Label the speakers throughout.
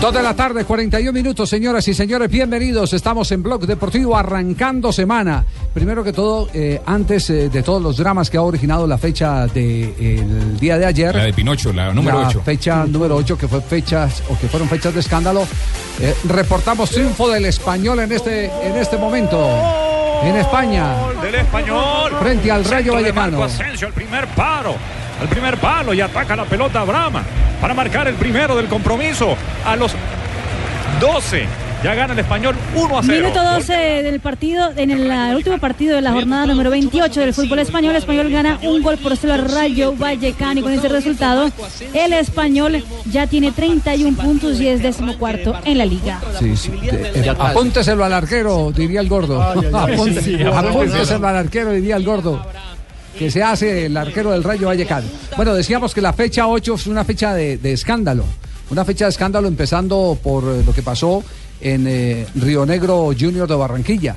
Speaker 1: Dos de la tarde, 41 minutos, señoras y señores, bienvenidos. Estamos en Blog Deportivo arrancando semana. Primero que todo, eh, antes eh, de todos los dramas que ha originado la fecha del día de ayer.
Speaker 2: La de Pinocho, la número
Speaker 1: la
Speaker 2: 8.
Speaker 1: fecha número 8 que fue fechas o que fueron fechas de escándalo. eh, reportamos triunfo del español en este en este momento en España
Speaker 3: del español.
Speaker 1: Frente al Rayo
Speaker 3: Centro de
Speaker 1: Vallecano.
Speaker 3: Marco Asensio, el primer paro. Al primer palo y ataca la pelota Brahma para marcar el primero del compromiso a los 12. Ya gana el español 1 a 0.
Speaker 4: Minuto 12 del partido, en el ah, último partido de la jornada número 28 del fútbol español. El español gana un gol por cero al Rayo Vallecano y con ese resultado el español ya tiene 31 puntos y es decimocuarto en la liga.
Speaker 1: Sí, sí, de- eh, apúnteselo al arquero, diría el gordo. Apúntese- apúnteselo al arquero, diría el gordo. Que se hace el arquero del Rayo Vallecano. Bueno, decíamos que la fecha 8 es una fecha de, de escándalo. Una fecha de escándalo empezando por eh, lo que pasó en eh, Río Negro Junior de Barranquilla.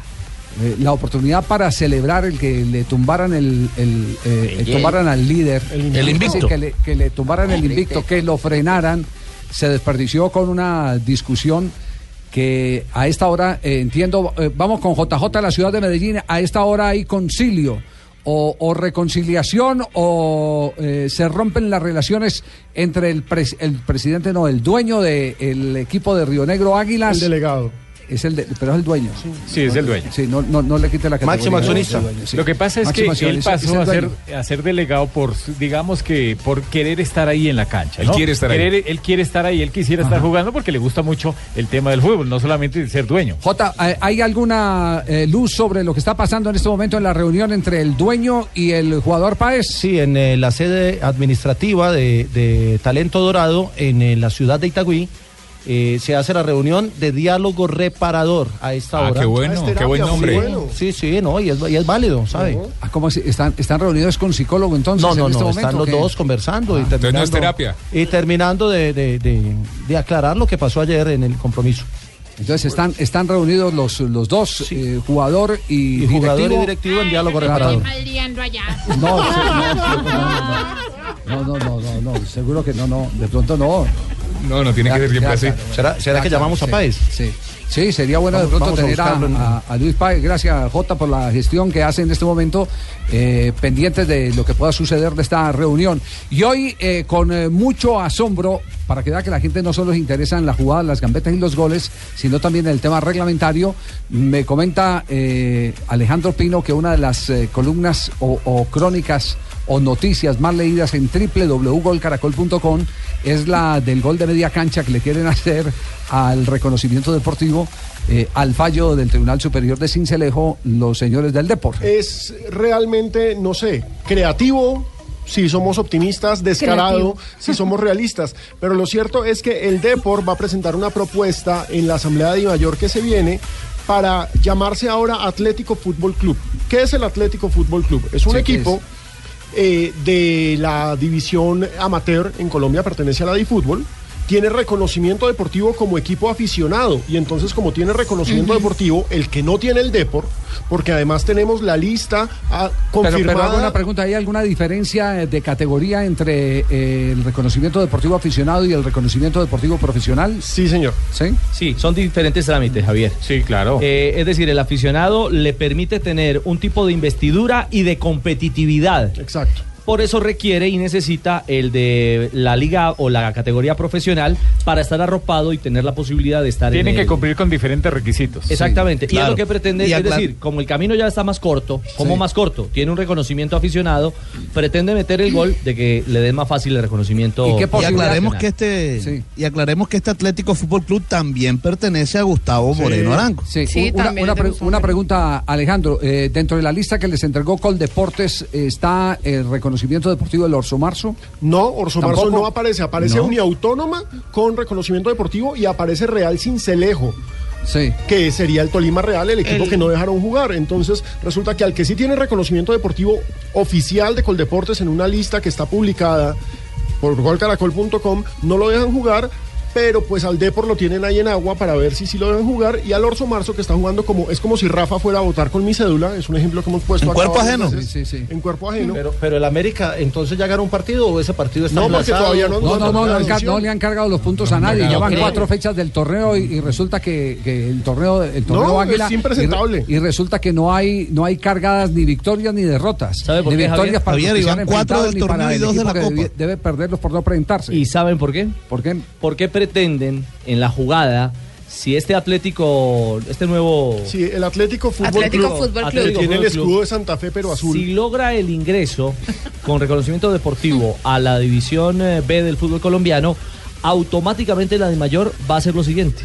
Speaker 1: Eh, la oportunidad para celebrar el que le tumbaran el, el, eh, eh, tumbaran al líder
Speaker 5: El invicto.
Speaker 1: Es decir, que le, que le tumbaran el invicto que lo frenaran se desperdició con una discusión que a esta hora eh, entiendo eh, vamos con JJ a la ciudad de Medellín a esta hora hay concilio o, o reconciliación o eh, se rompen las relaciones entre el, pres- el presidente no el dueño del equipo de Río Negro Águilas
Speaker 6: El delegado.
Speaker 1: es el de- pero es el dueño
Speaker 2: Sí, es el dueño.
Speaker 1: Sí, no, no, no le quite la categoría.
Speaker 5: Máximo accionista.
Speaker 1: Es el dueño, sí.
Speaker 2: Lo que pasa es
Speaker 1: Máximo
Speaker 2: que él
Speaker 1: accionista, es
Speaker 2: pasó
Speaker 1: el
Speaker 2: a ser,
Speaker 1: dueño.
Speaker 2: a ser delegado por, su- digamos que, por querer estar ahí en la cancha.
Speaker 5: Él
Speaker 2: ¿no?
Speaker 5: quiere estar ahí.
Speaker 2: Querer- Él quiere estar ahí, él quisiera estar jugando porque le gusta mucho el tema del fútbol, no solamente ser dueño.
Speaker 1: Jota, ¿hay- ¿hay alguna eh, luz sobre lo que está pasando en este momento en la reunión entre el dueño y el jugador Paez?
Speaker 5: Sí, en eh, la sede administrativa de, de Talento Dorado, en eh, la ciudad de Itagüí, eh, se hace la reunión de diálogo reparador a esta
Speaker 2: Ah,
Speaker 5: hora.
Speaker 2: qué
Speaker 6: Ah,
Speaker 2: bueno,
Speaker 6: es
Speaker 2: qué
Speaker 6: terapia,
Speaker 2: buen
Speaker 6: sí,
Speaker 2: nombre.
Speaker 6: bueno.
Speaker 5: Sí, sí, no, y es, y es válido, ¿sabe?
Speaker 1: Ah, ¿Cómo así? ¿Están, ¿Están reunidos con psicólogo entonces?
Speaker 5: No, no,
Speaker 1: en este
Speaker 5: no,
Speaker 1: momento,
Speaker 5: están los
Speaker 1: ¿o qué?
Speaker 5: dos conversando
Speaker 2: Ah.
Speaker 5: y
Speaker 2: entonces
Speaker 5: terminando,
Speaker 2: no es terapia.
Speaker 5: Ah. y terminando de, de- de- de aclarar lo que pasó ayer en el compromiso.
Speaker 1: Entonces están, están reunidos los, los dos, eh, jugador y,
Speaker 5: Y jugador y
Speaker 1: directivo.
Speaker 5: directivo en diálogo reparador.
Speaker 1: No, se- no, no, no, no, no, no, no, seguro que no, no, de pronto no.
Speaker 2: No, no tiene
Speaker 1: Ya,
Speaker 2: que ser siempre
Speaker 1: ya,
Speaker 2: así.
Speaker 1: claro.
Speaker 5: ¿Será, será que
Speaker 1: Ya, claro,
Speaker 5: llamamos a
Speaker 1: sí,
Speaker 5: Páez?
Speaker 1: Sí, sí, sería bueno
Speaker 5: Vamos-
Speaker 1: de pronto
Speaker 5: vamos a
Speaker 1: tener a,
Speaker 5: buscarlo en-
Speaker 1: a- a Luis Páez. Gracias, Jota, por la gestión que hace en este momento, eh, pendientes de lo que pueda suceder de esta reunión. Y hoy, eh, con eh, mucho asombro, para que vea que la gente no solo se interesa en la jugada, las gambetas y los goles, sino también en el tema reglamentario, me comenta eh, Alejandro Pino que una de las eh, columnas o- o crónicas o noticias más leídas en www.golcaracol.com es la del gol de media cancha que le quieren hacer al reconocimiento deportivo, eh, al fallo del Tribunal Superior de Cincelejo, los señores del deporte.
Speaker 6: Es realmente, no sé, creativo. Si somos optimistas, descarado,
Speaker 4: Creativo.
Speaker 6: si somos realistas. Pero lo cierto es que el Depor va a presentar una propuesta en la Asamblea de Mayor que se viene para llamarse ahora Atlético Fútbol Club. ¿Qué es el Atlético Fútbol Club? Es un
Speaker 1: Sí, ¿qué
Speaker 6: equipo
Speaker 1: es?
Speaker 6: eh, de la división amateur en Colombia pertenece a la Difútbol, tiene reconocimiento deportivo como equipo aficionado y entonces como tiene reconocimiento deportivo, el que no tiene el Depor, porque además tenemos la lista ah,
Speaker 1: Pero, pero hago
Speaker 6: confirmada.
Speaker 1: una pregunta, ¿hay alguna diferencia eh, de categoría entre eh, el reconocimiento deportivo aficionado y el reconocimiento deportivo profesional?
Speaker 6: sí, señor.
Speaker 1: ¿Sí?
Speaker 7: Sí, son diferentes trámites, Javier.
Speaker 2: Sí, claro.
Speaker 7: Eh, es decir, el aficionado le permite tener un tipo de investidura y de competitividad
Speaker 6: Exacto.
Speaker 7: Por eso requiere y necesita el de la liga o la categoría profesional para estar arropado y tener la posibilidad de estar
Speaker 2: Tienen
Speaker 7: en
Speaker 2: que
Speaker 7: el-
Speaker 2: cumplir con diferentes requisitos.
Speaker 7: Exactamente, y es
Speaker 5: claro.
Speaker 7: lo que pretende,
Speaker 5: Y
Speaker 7: es
Speaker 5: aclar-
Speaker 7: decir, como el camino ya está más corto, como
Speaker 5: Sí.
Speaker 7: más corto, tiene un reconocimiento aficionado, pretende meter el gol de que le den más fácil el reconocimiento.
Speaker 1: ¿Y qué
Speaker 8: Y
Speaker 1: posibilidad
Speaker 8: aclaremos
Speaker 7: nacional.
Speaker 8: que este
Speaker 1: Sí.
Speaker 8: y aclaremos que este Atlético Fútbol Club también pertenece a Gustavo Moreno Arango.
Speaker 1: Sí,
Speaker 9: Sí,
Speaker 1: un- una,
Speaker 9: también
Speaker 1: una
Speaker 9: es de
Speaker 1: pre-
Speaker 9: Gustavo
Speaker 1: una
Speaker 9: Moreno.
Speaker 1: pregunta, Alejandro. eh, dentro de la lista que les entregó Coldeportes eh, está el reconocimiento deportivo del Orso Marzo.
Speaker 6: No, Orso Marzo
Speaker 1: Tampoco.
Speaker 6: no aparece. Aparece
Speaker 1: No.
Speaker 6: Uniautónoma con reconocimiento deportivo y aparece Real Cincelejo,
Speaker 1: Sí.
Speaker 6: que sería el Tolima Real, el equipo que no dejaron jugar. Entonces, resulta que al que sí tiene reconocimiento deportivo oficial de Coldeportes en una lista que está publicada por golcaracol.com, no lo dejan jugar. Pero pues al Depor lo tienen ahí en agua para ver si sí lo dejan jugar. Y al Orso Marzo que está jugando como, es como si Rafa fuera a votar con mi cédula, es un ejemplo que hemos puesto
Speaker 8: En
Speaker 6: acá
Speaker 8: cuerpo
Speaker 6: varias
Speaker 8: ajeno.
Speaker 6: veces.
Speaker 1: Sí, sí, sí.
Speaker 6: En cuerpo ajeno.
Speaker 5: Pero, pero el América, entonces ya ganó un partido o ese partido está
Speaker 6: No, porque
Speaker 5: enlazado?
Speaker 6: todavía no-
Speaker 1: No, no, no, no,
Speaker 6: Claro,
Speaker 1: alca-
Speaker 6: sí.
Speaker 1: no le han cargado los puntos a nadie. Ya
Speaker 9: cargado,
Speaker 1: van
Speaker 9: creo.
Speaker 1: cuatro fechas del torneo y, y resulta que, que el torneo, el torneo
Speaker 6: No,
Speaker 1: Águila.
Speaker 6: es impresentable.
Speaker 1: Y, re- y resulta que no hay, no hay cargadas ni victorias ni derrotas.
Speaker 7: ¿Sabe por
Speaker 1: ni
Speaker 7: qué,
Speaker 1: victorias
Speaker 7: Javier?
Speaker 1: para los
Speaker 8: Javier,
Speaker 1: que
Speaker 8: y
Speaker 1: se han
Speaker 8: van cuatro
Speaker 1: enfrentado
Speaker 8: del
Speaker 1: ni para
Speaker 8: torneo y
Speaker 1: el
Speaker 8: dos de
Speaker 1: equipo
Speaker 8: la
Speaker 1: que
Speaker 8: Copa.
Speaker 1: debie- Debe perderlos por no presentarse.
Speaker 7: ¿Y saben por qué?
Speaker 1: ¿Por qué?
Speaker 7: ¿Por qué pretenden en la jugada si este Atlético, este nuevo
Speaker 6: Sí, el Atlético Fútbol
Speaker 9: Atlético
Speaker 6: Club.
Speaker 9: Fútbol Club.
Speaker 6: que
Speaker 7: Atlético
Speaker 6: tiene el
Speaker 7: Fútbol Club.
Speaker 6: escudo de Santa Fe pero azul.
Speaker 7: Si logra el ingreso con reconocimiento deportivo a la división eh, B del fútbol colombiano, automáticamente la de mayor va a hacer lo siguiente.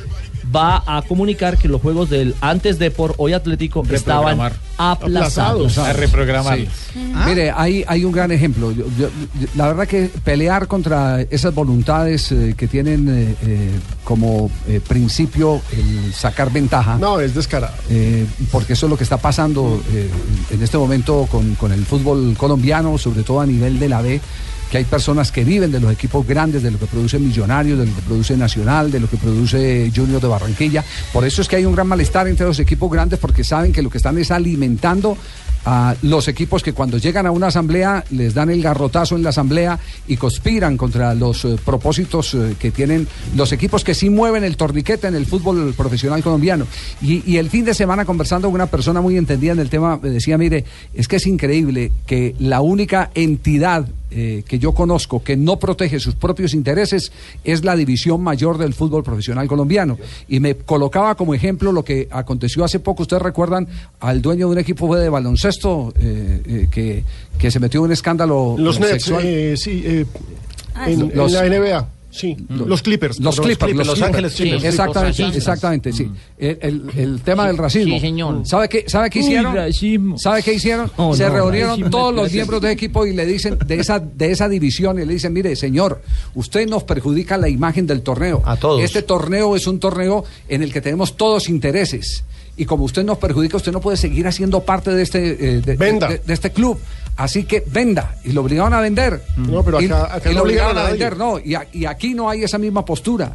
Speaker 7: Va a comunicar que los juegos del antes de por hoy Atlético estaban
Speaker 2: Reprogramar.
Speaker 7: aplazados.
Speaker 1: Aplazados.
Speaker 2: A reprogramarlos.
Speaker 6: Ah.
Speaker 1: Mire, hay, hay un gran ejemplo. Yo- yo- yo- la verdad que pelear contra esas voluntades eh, que tienen eh, eh, como eh, principio el sacar ventaja.
Speaker 6: No, es descarado.
Speaker 1: eh, porque eso es lo que está pasando eh, en este momento con, con el fútbol colombiano, sobre todo a nivel de la B, que hay personas que viven de los equipos grandes, de lo que produce Millonarios, de lo que produce Nacional, de lo que produce Junior de Barranquilla. Por eso es que hay un gran malestar entre los equipos grandes, porque saben que lo que están es alimentando a los equipos que cuando llegan a una asamblea les dan el garrotazo en la asamblea y conspiran contra los eh, propósitos eh, que tienen los equipos que sí mueven el torniquete en el fútbol profesional colombiano. Y, y el fin de semana conversando con una persona muy entendida en el tema, me decía, mire, es que es increíble que la única entidad eh, que yo conozco que no protege sus propios intereses es la división mayor del fútbol profesional colombiano. Y me colocaba como ejemplo lo que aconteció hace poco. Ustedes recuerdan al dueño de un equipo de baloncesto eh, eh, que, que se metió en un escándalo
Speaker 6: Los Nets,
Speaker 1: sexual.
Speaker 6: eh, sí, eh, en, en
Speaker 1: Ah, Los-
Speaker 6: la NBA, sí. Los Clippers.
Speaker 1: Los
Speaker 6: perdón,
Speaker 1: Clippers, los
Speaker 5: Los
Speaker 1: Clippers.
Speaker 5: Ángeles Clippers.
Speaker 1: Exactamente,
Speaker 9: racistas.
Speaker 1: exactamente, sí. El, el- el tema del racismo.
Speaker 9: sí, señor.
Speaker 1: ¿Sabe qué, sabe qué
Speaker 7: Uy,
Speaker 1: hicieron?
Speaker 7: racismo.
Speaker 1: ¿Sabe qué hicieron?
Speaker 7: No,
Speaker 1: Se
Speaker 7: no,
Speaker 1: reunieron
Speaker 7: racismo.
Speaker 1: todos los miembros del equipo y le dicen de esa, de esa división y le dicen, mire, señor, usted nos perjudica la imagen del torneo.
Speaker 5: A todos.
Speaker 1: Este torneo es un torneo en el que tenemos todos intereses. Y como usted nos perjudica, usted no puede seguir haciendo parte de este, eh, de-
Speaker 6: Venda.
Speaker 1: de- de este club. Así que venda. Y lo obligaron a vender.
Speaker 6: No, pero
Speaker 1: Y-
Speaker 6: acá- acá
Speaker 1: y
Speaker 6: no obligan a
Speaker 1: lo obligaron a,
Speaker 6: nadie.
Speaker 1: vender, no, y, a- y aquí no hay esa misma postura.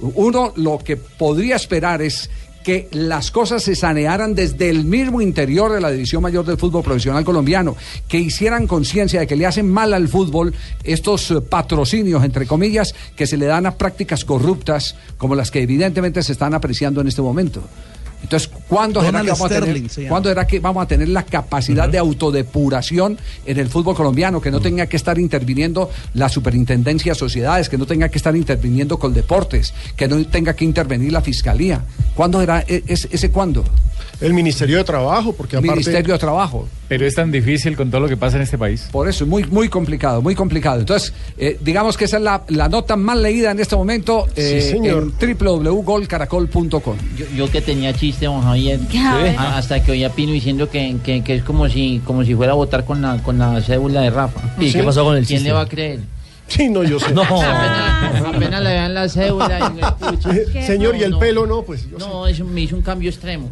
Speaker 1: Uno lo que podría esperar es que las cosas se sanearan desde el mismo interior de la división mayor del fútbol profesional colombiano, que hicieran conciencia de que le hacen mal al fútbol estos eh, patrocinios, entre comillas, que se le dan a prácticas corruptas como las que evidentemente se están apreciando en este momento. Entonces, ¿cuándo será,
Speaker 8: Donald
Speaker 1: que vamos,
Speaker 8: Sterling
Speaker 1: a
Speaker 8: se
Speaker 1: tener,
Speaker 8: llama.
Speaker 1: ¿cuándo será que vamos a tener la capacidad de autodepuración en el fútbol colombiano? Que no tenga que estar interviniendo la superintendencia de sociedades, que no tenga que estar interviniendo con deportes, que no tenga que intervenir la fiscalía. ¿Cuándo será e- es- ese cuándo?
Speaker 6: El Ministerio de Trabajo, porque aparte...
Speaker 1: Ministerio de Trabajo.
Speaker 2: Pero es tan difícil con todo lo que pasa en este país.
Speaker 1: Por eso, muy, muy complicado, muy complicado. Entonces, eh, digamos que esa es la, la nota más leída en este momento eh,
Speaker 6: señor.
Speaker 1: en www.golcaracol.com.
Speaker 9: Yo, yo que tenía chiste, don Javier.
Speaker 4: ¿Qué? A ver.
Speaker 9: A- Hasta que oía a Pino diciendo que, que- que es como si, como si fuera a votar con la, con la cédula de Rafa.
Speaker 7: ¿Y qué pasó con el
Speaker 9: ¿Quién
Speaker 7: chiste?
Speaker 9: le va a creer?
Speaker 6: Sí, no, yo sé.
Speaker 7: No.
Speaker 9: Apenas, apenas le vean la cédula y lo escuchan.
Speaker 6: Eh, Señor, y el
Speaker 9: No, no.
Speaker 6: pelo, no, pues yo sé.
Speaker 9: No, eso me hizo un cambio extremo.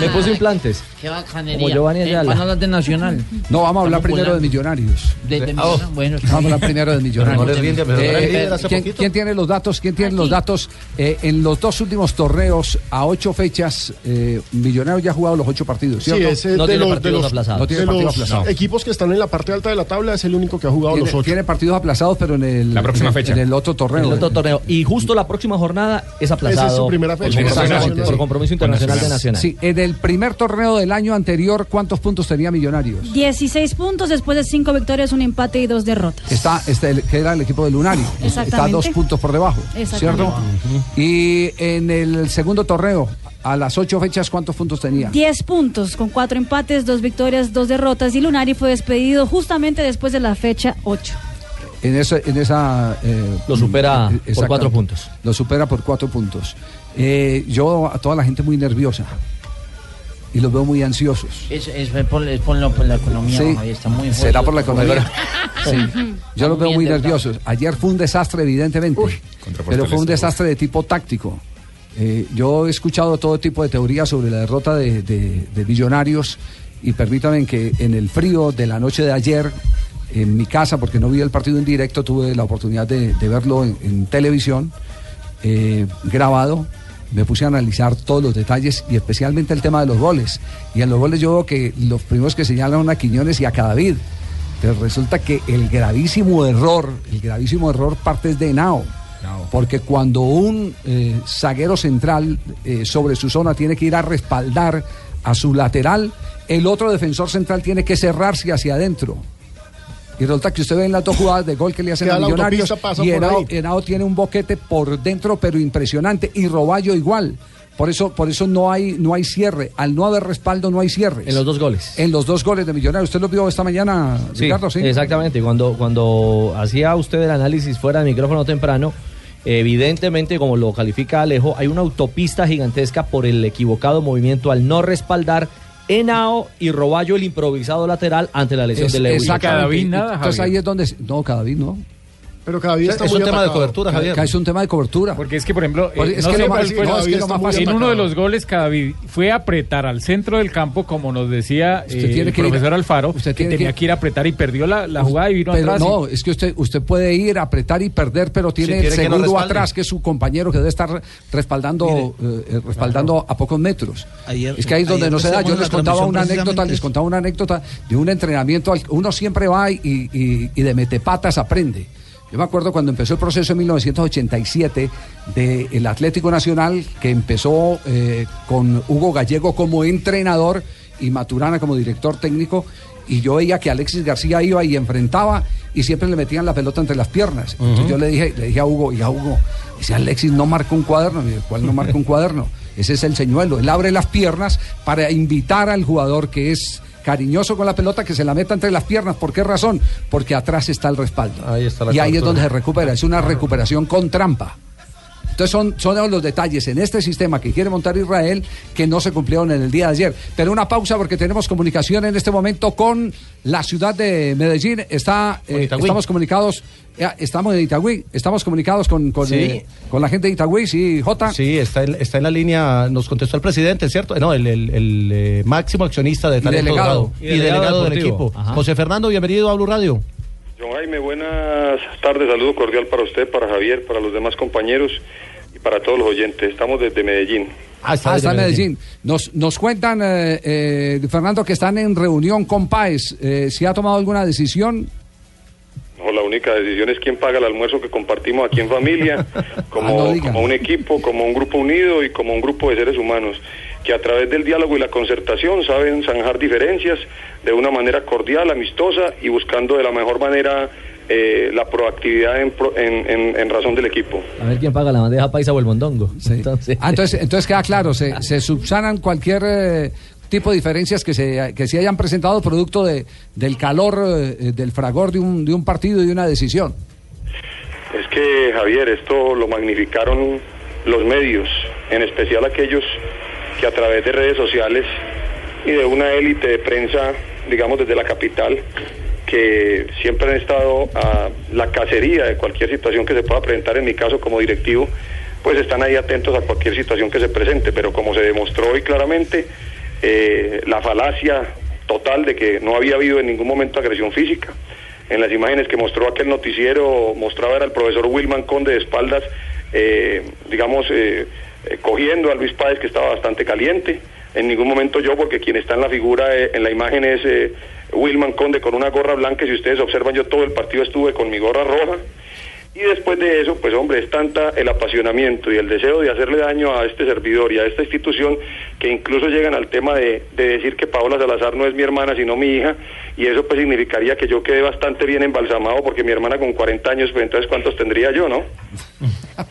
Speaker 7: Me puse implantes.
Speaker 9: Qué bacanería.
Speaker 7: Como Giovanni
Speaker 9: Eh,
Speaker 7: Ayala.
Speaker 9: Van a hablar de Nacional.
Speaker 1: No, vamos a hablar
Speaker 9: Estamos
Speaker 1: primero de
Speaker 9: volando.
Speaker 1: millonarios.
Speaker 9: De, de
Speaker 5: Ah, oh.
Speaker 9: Nacional. Bueno, está
Speaker 1: Vamos a
Speaker 9: bien.
Speaker 1: hablar primero de Millonarios.
Speaker 5: Pero no le rinde, pero
Speaker 1: Eh,
Speaker 5: no le rinde hace
Speaker 1: ¿quién,
Speaker 5: poquito.
Speaker 1: quién tiene los datos? ¿Quién tiene los datos? Eh, en los dos últimos torneos, a ocho fechas, eh, Millonarios ya ha jugado los ocho partidos,
Speaker 6: Sí,
Speaker 1: ¿cierto?
Speaker 6: ese
Speaker 7: No
Speaker 6: de
Speaker 7: tiene
Speaker 6: los, de
Speaker 7: partidos
Speaker 6: los-
Speaker 7: aplazados.
Speaker 1: No tiene
Speaker 6: de
Speaker 1: partidos
Speaker 6: los
Speaker 1: aplazados.
Speaker 6: equipos que están en la parte alta de la tabla es el único que ha jugado
Speaker 1: tiene,
Speaker 6: los ocho.
Speaker 1: tiene partidos partidos aplazados, pero en el,
Speaker 7: La próxima
Speaker 1: en el-
Speaker 7: fecha.
Speaker 1: en el otro torneo.
Speaker 7: En el otro torneo. Y justo la próxima jornada es aplazado. Exactamente, Por compromiso internacional de Nacional.
Speaker 1: Sí, en el primer torneo del año anterior, ¿cuántos puntos tenía Millonarios?
Speaker 4: 16 puntos después de 5 victorias, un empate y 2 derrotas.
Speaker 1: Está, está el- que era el equipo de Lunari. Está a dos
Speaker 4: Exactamente.
Speaker 1: puntos por debajo.
Speaker 4: Exactamente.
Speaker 1: ¿Cierto? Y en el segundo torneo, a las ocho fechas, ¿cuántos puntos tenía?
Speaker 4: 10 puntos con 4 empates, 2 victorias, 2 derrotas y Lunari fue despedido justamente después de la fecha 8.
Speaker 1: En, esa- en esa. eh,
Speaker 7: Lo supera
Speaker 1: eh,
Speaker 7: por
Speaker 1: exacta-
Speaker 7: cuatro puntos.
Speaker 1: Lo supera por cuatro puntos. Eh, yo a toda la gente muy nerviosa. Y los veo muy ansiosos.
Speaker 9: Es, es por, es por, lo- por la economía,
Speaker 1: Sí.
Speaker 9: Javier, está muy
Speaker 1: Será
Speaker 9: jodido.
Speaker 1: por la economía. Sí. Yo los veo muy
Speaker 9: bien
Speaker 1: nerviosos. Ayer fue un desastre, evidentemente. pero fue un desastre de tipo táctico. Eh, yo he escuchado todo tipo de teorías sobre la derrota de, de- de Millonarios y permítanme que en el frío de la noche de ayer, en mi casa, porque no vi el partido en directo, tuve la oportunidad de, de verlo en, en televisión, eh, grabado. Me puse a analizar todos los detalles y especialmente el tema de los goles. Y en los goles yo veo que los primeros que señalan a Quiñones y a Cadavid. Entonces resulta que el gravísimo error, el gravísimo error parte es de Henao. Porque cuando un eh, zaguero central eh, sobre su zona tiene que ir a respaldar a su lateral, el otro defensor central tiene que cerrarse hacia adentro. Y resulta que usted ve en las dos jugadas de gol que le hacen
Speaker 6: Queda
Speaker 1: a
Speaker 6: la
Speaker 1: Millonarios
Speaker 6: autopista, pasa
Speaker 1: y
Speaker 6: por
Speaker 1: Henao,
Speaker 6: ahí.
Speaker 1: Henao tiene un boquete por dentro pero impresionante y Roballo igual. Por eso, por eso no hay, no hay cierre. Al no haber respaldo no hay cierre. En los
Speaker 7: dos goles.
Speaker 1: En los dos goles de Millonarios. Usted lo vio esta mañana,
Speaker 7: Sí, eh,
Speaker 1: Ricardo, sí.
Speaker 7: Exactamente, cuando, cuando hacía usted el análisis fuera del micrófono temprano, evidentemente, como lo califica Alejo, hay una autopista gigantesca por el equivocado movimiento al no respaldar Henao y Roballo el improvisado lateral ante la lesión
Speaker 1: Es-
Speaker 7: de Lewin.
Speaker 1: exactamente. Entonces ahí es donde. se- No, Cadavid no. Pero Cadavid
Speaker 5: está Es muy un tema de atacado. cobertura, Javier.
Speaker 1: Es un tema de cobertura.
Speaker 2: Porque es que, por ejemplo,
Speaker 1: Porque
Speaker 2: eh,
Speaker 1: Pues es
Speaker 2: no
Speaker 1: que
Speaker 2: sé
Speaker 1: lo
Speaker 2: cuál
Speaker 1: más-
Speaker 2: fue-
Speaker 1: no, es que
Speaker 2: en
Speaker 1: lo más fácil-
Speaker 2: uno de los goles Cadavid fue apretar al centro del campo, como nos decía
Speaker 1: Usted
Speaker 2: eh,
Speaker 1: tiene
Speaker 2: el
Speaker 1: que ir-
Speaker 2: profesor Alfaro, que
Speaker 1: tiene
Speaker 2: tenía
Speaker 1: que- Pues
Speaker 2: que ir a apretar y perdió la, la jugada y vino
Speaker 1: Pero
Speaker 2: atrás. y-
Speaker 1: no, es que usted, usted puede ir, a apretar y perder, pero tiene
Speaker 2: Sí,
Speaker 1: el
Speaker 2: tiene que no
Speaker 1: seguro
Speaker 2: respalde.
Speaker 1: atrás, que es su compañero que debe estar respaldando, eh, eh, respaldando a pocos metros.
Speaker 8: Ayer-
Speaker 1: es que ahí es donde
Speaker 8: ayer
Speaker 1: no se da.
Speaker 8: decíamos
Speaker 1: Yo
Speaker 8: en
Speaker 1: les
Speaker 8: la
Speaker 1: contaba
Speaker 8: transmisión
Speaker 1: una anécdota,
Speaker 8: precisamente
Speaker 1: les contaba una anécdota de un entrenamiento al uno siempre va y, y- y de metepatas aprende. Yo me acuerdo cuando empezó el proceso en 1987 del Atlético Nacional, que empezó eh, con Hugo Gallego como entrenador y Maturana como director técnico, y yo veía que Alexis García iba y enfrentaba y siempre le metían la pelota entre las piernas. Entonces
Speaker 10: Ujú.
Speaker 1: yo le dije, le dije a Hugo, y a Hugo, ese Alexis no marca un cuaderno, Me dijo, ¿cuál no marca un cuaderno? Ese es el señuelo, él abre las piernas para invitar al jugador que es cariñoso con la pelota que se la meta entre las piernas. ¿Por qué razón? Porque atrás está el respaldo.
Speaker 5: la
Speaker 1: y ahí es
Speaker 5: cobertura.
Speaker 1: donde se recupera, es una recuperación con trampa. Entonces son, son los detalles en este sistema que quiere montar Israel que no se cumplieron en el día de ayer. Pero una pausa porque tenemos comunicación en este momento con la ciudad de Medellín. Está, eh,
Speaker 5: Itagüí.
Speaker 1: estamos comunicados, eh, estamos en Itagüí, estamos comunicados con, con,
Speaker 5: Sí.
Speaker 1: eh, con la gente de Itagüí, sí, J.
Speaker 5: Sí, está en, está en la línea, nos contestó el presidente, ¿cierto? No, el, el- el, eh, máximo accionista de
Speaker 1: Y
Speaker 5: Talento
Speaker 1: delegado.
Speaker 5: Dorado
Speaker 1: Y
Speaker 5: y,
Speaker 1: delegado
Speaker 5: delegado, del
Speaker 11: deportivo.
Speaker 5: equipo.
Speaker 11: Ajá.
Speaker 5: José Fernando, bienvenido a Blue Radio.
Speaker 11: John Jaime, buenas tardes, saludo cordial para usted, para Javier, para los demás compañeros y para todos los oyentes. Estamos desde Medellín.
Speaker 5: Ah,
Speaker 1: Hasta, Medellín. Nos, nos cuentan, eh, eh, Fernando, que están en reunión con Páez. Eh, ¿Si ha tomado alguna decisión?
Speaker 11: No, la única decisión es quién paga el almuerzo que compartimos aquí en familia, como, como un equipo, como un grupo unido y como un grupo de seres humanos, que a través del diálogo y la concertación saben zanjar diferencias de una manera cordial, amistosa y buscando de la mejor manera eh, la proactividad en pro- en- en- en razón del equipo.
Speaker 7: A ver quién paga la bandeja paisa o el mondongo. Entonces,
Speaker 1: Ah, entonces, entonces queda claro, se, se subsanan cualquier eh, tipo de diferencias que se, que se hayan presentado producto de, del calor, eh, del fragor de un, de un partido y una decisión.
Speaker 11: Es que, Javier, esto lo magnificaron los medios, en especial aquellos que a través de redes sociales y de una élite de prensa, digamos desde la capital, que siempre han estado a la cacería de cualquier situación que se pueda presentar, en mi caso como directivo, pues están ahí atentos a cualquier situación que se presente, pero como se demostró hoy claramente, eh, la falacia total de que no había habido en ningún momento agresión física. En las imágenes que mostró aquel noticiero, mostraba era el profesor Wilman Conde de espaldas, eh, digamos, eh, eh, cogiendo a Luis Páez que estaba bastante caliente. en ningún momento yo, porque quien está en la figura, eh, en la imagen es eh, Wilman Conde con una gorra blanca, y si ustedes observan, yo todo el partido estuve con mi gorra roja. Y después de eso, pues hombre, es tanta el apasionamiento y el deseo de hacerle daño a este servidor y a esta institución que incluso llegan al tema de, de decir que Paola Salazar no es mi hermana, sino mi hija, y eso pues significaría que yo quedé bastante bien embalsamado porque mi hermana con 40 años, pues entonces ¿cuántos tendría yo, no?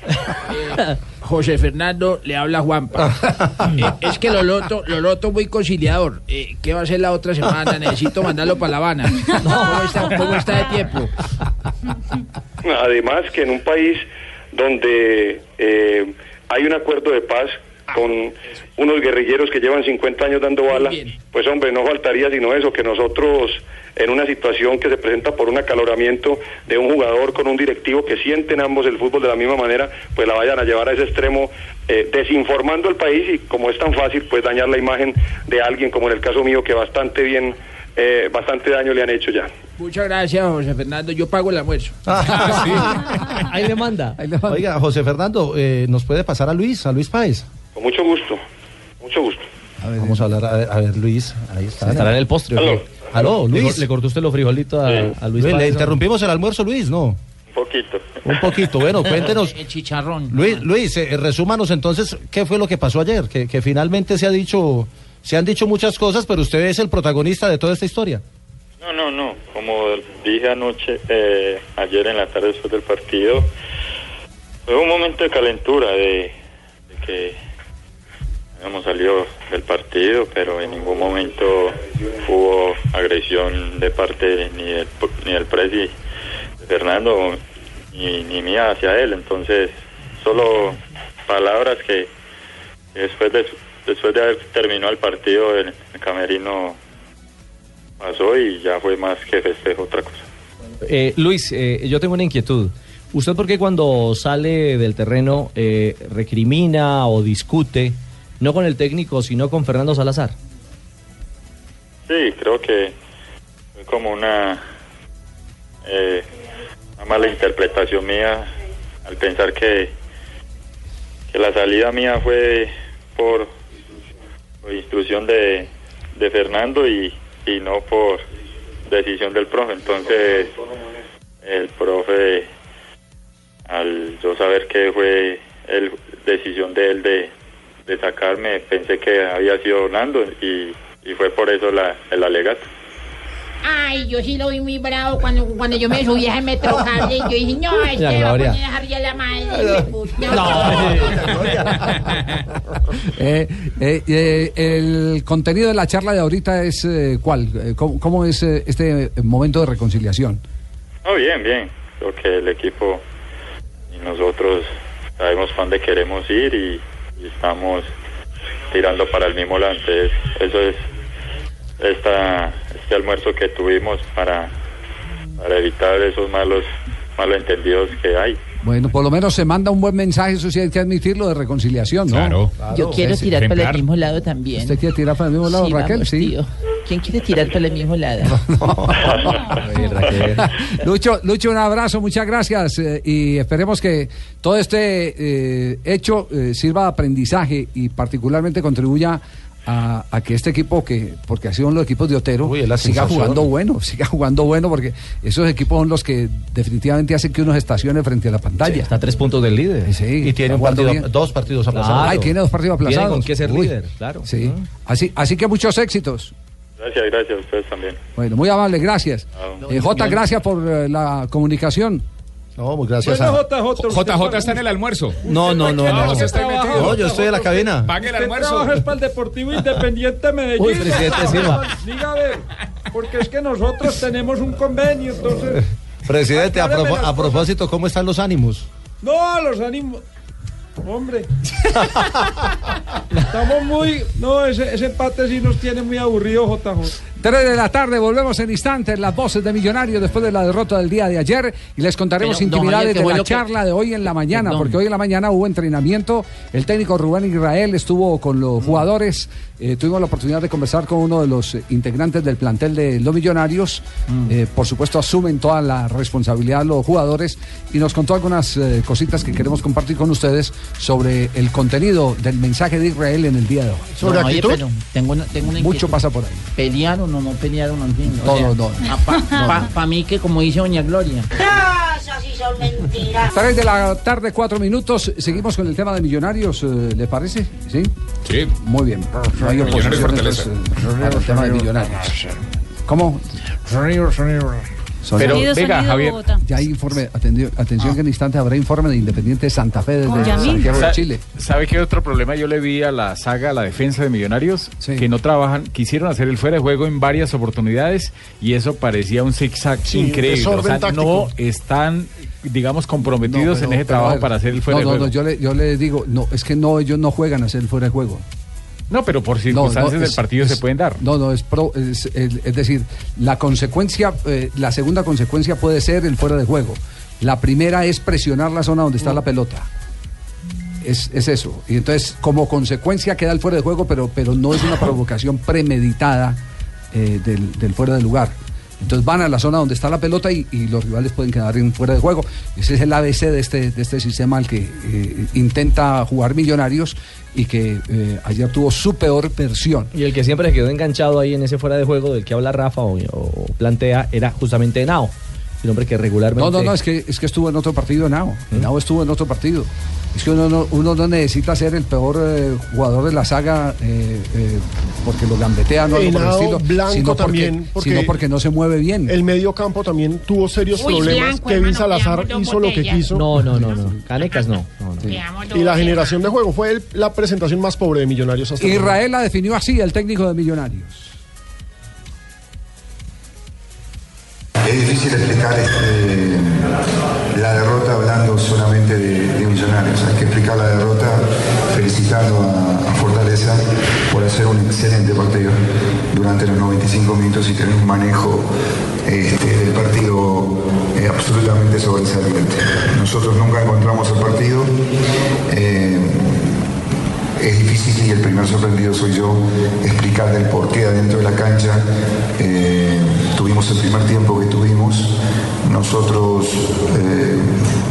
Speaker 10: José Fernando le habla a Juanpa. Eh, es que lo loto, lo loto muy conciliador. Eh, ¿Qué va a hacer la otra semana? Necesito mandarlo para La Habana. ¿Cómo está, cómo está de tiempo?
Speaker 11: Además que en un país donde eh, hay un acuerdo de paz con unos guerrilleros que llevan 50 años dando bala, pues hombre, no faltaría sino eso, que nosotros en una situación que se presenta por un acaloramiento de un jugador con un directivo que sienten ambos el fútbol de la misma manera, pues la vayan a llevar a ese extremo eh, desinformando al país y como es tan fácil pues dañar la imagen de alguien como en el caso mío que bastante bien, eh, bastante daño le han hecho ya.
Speaker 10: Muchas gracias, José Fernando. Yo pago el almuerzo.
Speaker 5: Ah,
Speaker 7: Ahí le manda.
Speaker 5: Oiga, José Fernando, eh, ¿nos puede pasar a Luis, a Luis Páez?
Speaker 11: Con mucho gusto, mucho gusto.
Speaker 5: Vamos a hablar, a ver, a ver, Luis, ahí está.
Speaker 7: Estará en el postre.
Speaker 5: Aló. Aló,
Speaker 7: Le-
Speaker 5: Luis.
Speaker 7: Le cortó usted los frijolitos a, a
Speaker 5: Luis,
Speaker 7: Luis Páez,
Speaker 5: le
Speaker 7: ¿no?
Speaker 5: interrumpimos el almuerzo, Luis, ¿no?
Speaker 11: Poquito.
Speaker 5: Un poquito, bueno, cuéntenos.
Speaker 9: El chicharrón.
Speaker 5: Luis, Luis, eh, resúmanos entonces qué fue lo que pasó ayer, que, que finalmente se ha dicho, se han dicho muchas cosas, pero usted es el protagonista de toda esta historia.
Speaker 12: No, no, no. Como dije anoche, eh, ayer en la tarde después del partido, fue un momento de calentura, de, de que hemos salido del partido, pero en ningún momento hubo agresión de parte ni del, ni del presi de Fernando ni, ni mía hacia él. Entonces, solo palabras que que después de, después de haber terminado el partido, el- el camerino pasó y ya fue más que festejo otra cosa.
Speaker 7: Eh, Luis, eh, yo tengo una inquietud. ¿Usted por qué cuando sale del terreno eh, recrimina o discute, no con el técnico, sino con Fernando Salazar?
Speaker 12: Sí, creo que fue como una, eh, una mala interpretación mía al pensar que, que la salida mía fue por, por instrucción de, de Fernando y, y no por decisión del profe. Entonces, el profe, al yo saber que fue el, decisión de él de, de sacarme, pensé que había sido Nando y y fue por eso la, el alegato.
Speaker 13: Ay, yo sí lo vi muy bravo cuando, cuando yo me subí a ese metrocable. Yo dije, no,
Speaker 12: Ya,
Speaker 13: este va a
Speaker 12: Gloria.
Speaker 13: poner a Harry a la madre.
Speaker 1: Eh, eh, eh, el contenido de la charla de ahorita es eh, cuál? Eh, ¿Cómo, cómo es eh, este momento de reconciliación?
Speaker 12: No, bien, bien. Creo que el equipo y nosotros sabemos para dónde queremos ir y, y estamos tirando para el mismo lado. Entonces, eso es esta, este almuerzo que tuvimos para, para evitar esos malos malentendidos que hay.
Speaker 1: Bueno, por lo menos se manda un buen mensaje, eso sí hay que admitirlo, de reconciliación, ¿no?
Speaker 12: Claro.
Speaker 9: Yo quiero
Speaker 1: Sí, sí.
Speaker 9: tirar para el mismo lado también.
Speaker 1: ¿Usted quiere tirar para el mismo lado,
Speaker 9: Sí,
Speaker 1: Raquel?
Speaker 9: vamos,
Speaker 1: sí.
Speaker 9: tío. ¿Quién quiere tirar para el mismo lado?
Speaker 1: Lucho, Lucho, un abrazo, muchas gracias eh, y esperemos que todo este eh, hecho eh, sirva de aprendizaje y particularmente contribuya a, a que este equipo, que porque ha sido uno de los equipos de Otero, siga
Speaker 5: sensación.
Speaker 1: jugando bueno, siga jugando bueno porque esos equipos son los que definitivamente hacen que uno se estacione frente a la pantalla.
Speaker 7: está a tres puntos del líder.
Speaker 1: Sí,
Speaker 5: Y
Speaker 1: está
Speaker 5: tiene un
Speaker 1: jugando
Speaker 5: partido-
Speaker 1: bien.
Speaker 5: dos partidos aplazados.
Speaker 1: Ay, tiene dos partidos
Speaker 7: Tiene
Speaker 1: aplazados.
Speaker 7: con qué ser
Speaker 1: Uy,
Speaker 7: líder, claro.
Speaker 1: Sí. Así, así que muchos éxitos.
Speaker 12: Gracias, gracias a ustedes también.
Speaker 1: Bueno, muy amable, gracias.
Speaker 12: Claro.
Speaker 1: Eh, Jota, gracias por eh, la comunicación.
Speaker 5: No, muy gracias a-
Speaker 14: JJ está en el almuerzo.
Speaker 5: No, no, no, no.
Speaker 14: Usted está ahí metido.
Speaker 5: No, yo estoy en la cabina.
Speaker 14: Pague el
Speaker 15: Usted
Speaker 14: almuerzo.
Speaker 15: trabaja es para el Deportivo Independiente Medellín.
Speaker 5: Uy, presidente Silva.
Speaker 15: Diga, a ver, porque es que nosotros tenemos un convenio, entonces.
Speaker 5: Presidente, a, propo- a propósito, ¿cómo están los ánimos?
Speaker 15: No, los ánimos. Hombre. Estamos muy. No, ese, ese empate sí nos tiene muy aburrido, JJ.
Speaker 1: 3 de la tarde, volvemos en instantes las voces de Millonarios después de la derrota del día de ayer y les contaremos
Speaker 9: Pero, don
Speaker 1: intimidades
Speaker 9: Javier,
Speaker 1: de
Speaker 9: qué
Speaker 1: la
Speaker 9: bueno que-
Speaker 1: charla de hoy en la mañana,
Speaker 9: Perdón.
Speaker 1: porque hoy en la mañana hubo entrenamiento, el técnico Rubén Israel estuvo con los
Speaker 9: Mm.
Speaker 1: jugadores, eh, tuvimos la oportunidad de conversar con uno de los eh, integrantes del plantel de los Millonarios,
Speaker 9: Mm.
Speaker 1: Eh, por supuesto asumen toda la responsabilidad los jugadores y nos contó algunas eh, cositas que queremos compartir con ustedes sobre el contenido del mensaje de Israel. Israel en el día de hoy.
Speaker 9: ¿Sobre No, oye, actitud? pero tengo una- tengo una
Speaker 1: Mucho
Speaker 9: inquietud.
Speaker 1: pasa por ahí.
Speaker 9: ¿Pelearon o no pelearon al fin?
Speaker 1: No, no, no.
Speaker 9: Para mí que como dice Doña Gloria.
Speaker 1: Tres de la tarde, cuatro minutos. Seguimos con el tema de millonarios, eh, ¿le parece? ¿Sí?
Speaker 14: Sí.
Speaker 1: Muy bien. No hay oposición,
Speaker 14: Millonarios Fortaleza.
Speaker 1: entonces, eh, al tema de millonarios. ¿Cómo? Sonido, sonido.
Speaker 14: Pero, Sonido, venga, sonido, Javier. Bogotá.
Speaker 1: Ya hay informe, atendió- atención que en instante habrá informe de Independiente Santa Fe desde Santiago de
Speaker 14: Sa-
Speaker 1: Chile.
Speaker 14: ¿Sabe qué otro problema yo le vi a la saga, a la defensa de Millonarios? Que no trabajan, quisieron hacer el fuera de juego en varias oportunidades y eso parecía un zigzag
Speaker 6: Sí,
Speaker 14: increíble. O
Speaker 6: desorden
Speaker 14: sea,
Speaker 6: táctico.
Speaker 14: no están, digamos, comprometidos
Speaker 1: pero-
Speaker 14: en
Speaker 1: pero, a
Speaker 14: ese trabajo
Speaker 1: ver,
Speaker 14: para hacer el
Speaker 1: no, no,
Speaker 14: fuera de
Speaker 1: No,
Speaker 14: juego.
Speaker 1: yo le, yo le digo, no, es que no, ellos no juegan a hacer el fuera de juego.
Speaker 14: No, pero por
Speaker 1: No, no,
Speaker 14: circunstancias
Speaker 1: es-
Speaker 14: del partido
Speaker 1: es-
Speaker 14: se pueden dar.
Speaker 1: No, no, es, pro- es, el- es decir, la consecuencia, eh, la segunda consecuencia puede ser el fuera de juego. La primera es presionar la zona donde está la pelota. Es, es eso. Y entonces, como consecuencia queda el fuera de juego, pero, pero no es una provocación premeditada eh, del, del fuera de lugar. Entonces van a la zona donde está la pelota y, y los rivales pueden quedar en fuera de juego. Ese es el ABC de este, de este sistema al que eh, intenta jugar Millonarios y que eh, ayer tuvo su peor versión.
Speaker 7: Y el que siempre se quedó enganchado ahí en ese fuera de juego del que habla Rafa o, o plantea era justamente Henao, el hombre que regularmente.
Speaker 1: No, no, no, es que, es que estuvo en otro partido Nao.
Speaker 6: ¿Eh?
Speaker 1: Nao estuvo en otro partido. Es que uno no, uno no necesita ser el peor eh, jugador de la saga eh, eh, porque lo gambetean o algo por el
Speaker 6: Henao
Speaker 1: estilo.
Speaker 6: Blanco
Speaker 1: sino porque-
Speaker 6: también, porque-
Speaker 1: sino porque no se mueve bien.
Speaker 6: El medio campo también tuvo serios
Speaker 13: Uy,
Speaker 6: problemas.
Speaker 13: Blanco,
Speaker 6: Kevin
Speaker 13: hermano,
Speaker 6: Salazar
Speaker 13: veamos dos
Speaker 6: hizo lo que
Speaker 13: botellas.
Speaker 6: quiso.
Speaker 7: No, no, no, no. Canecas no. no, no.
Speaker 6: Y la generación de juego fue el- la presentación más pobre de Millonarios hasta el
Speaker 1: Israel la definió así, el técnico de Millonarios.
Speaker 16: Es difícil explicar este, la derrota hablando solamente de, de Millonarios. Hay que explicar la derrota felicitando a, a Fortaleza por hacer un excelente partido durante los 95 minutos y tener un manejo este, del partido eh, absolutamente sobresaliente. Nosotros nunca encontramos el partido. eh, es difícil y el primer sorprendido soy yo explicar del por qué adentro de la cancha eh, tuvimos el primer tiempo que tuvimos. Nosotros eh,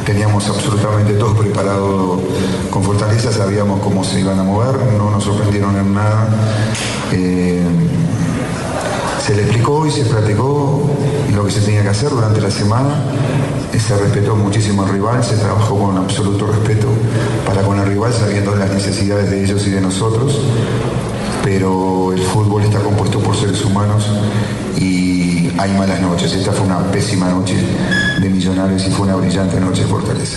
Speaker 16: teníamos absolutamente todo preparado con fortaleza, sabíamos cómo se iban a mover, no nos sorprendieron en nada. Eh, se le explicó y se platicó lo que se tenía que hacer durante la semana. Eh, Se respetó muchísimo al rival, se trabajó con absoluto respeto para con el rival, sabiendo las necesidades de ellos y de nosotros. Pero el fútbol está compuesto por seres humanos y hay malas noches. Esta fue una pésima noche de Millonarios y fue una brillante noche de Fortaleza.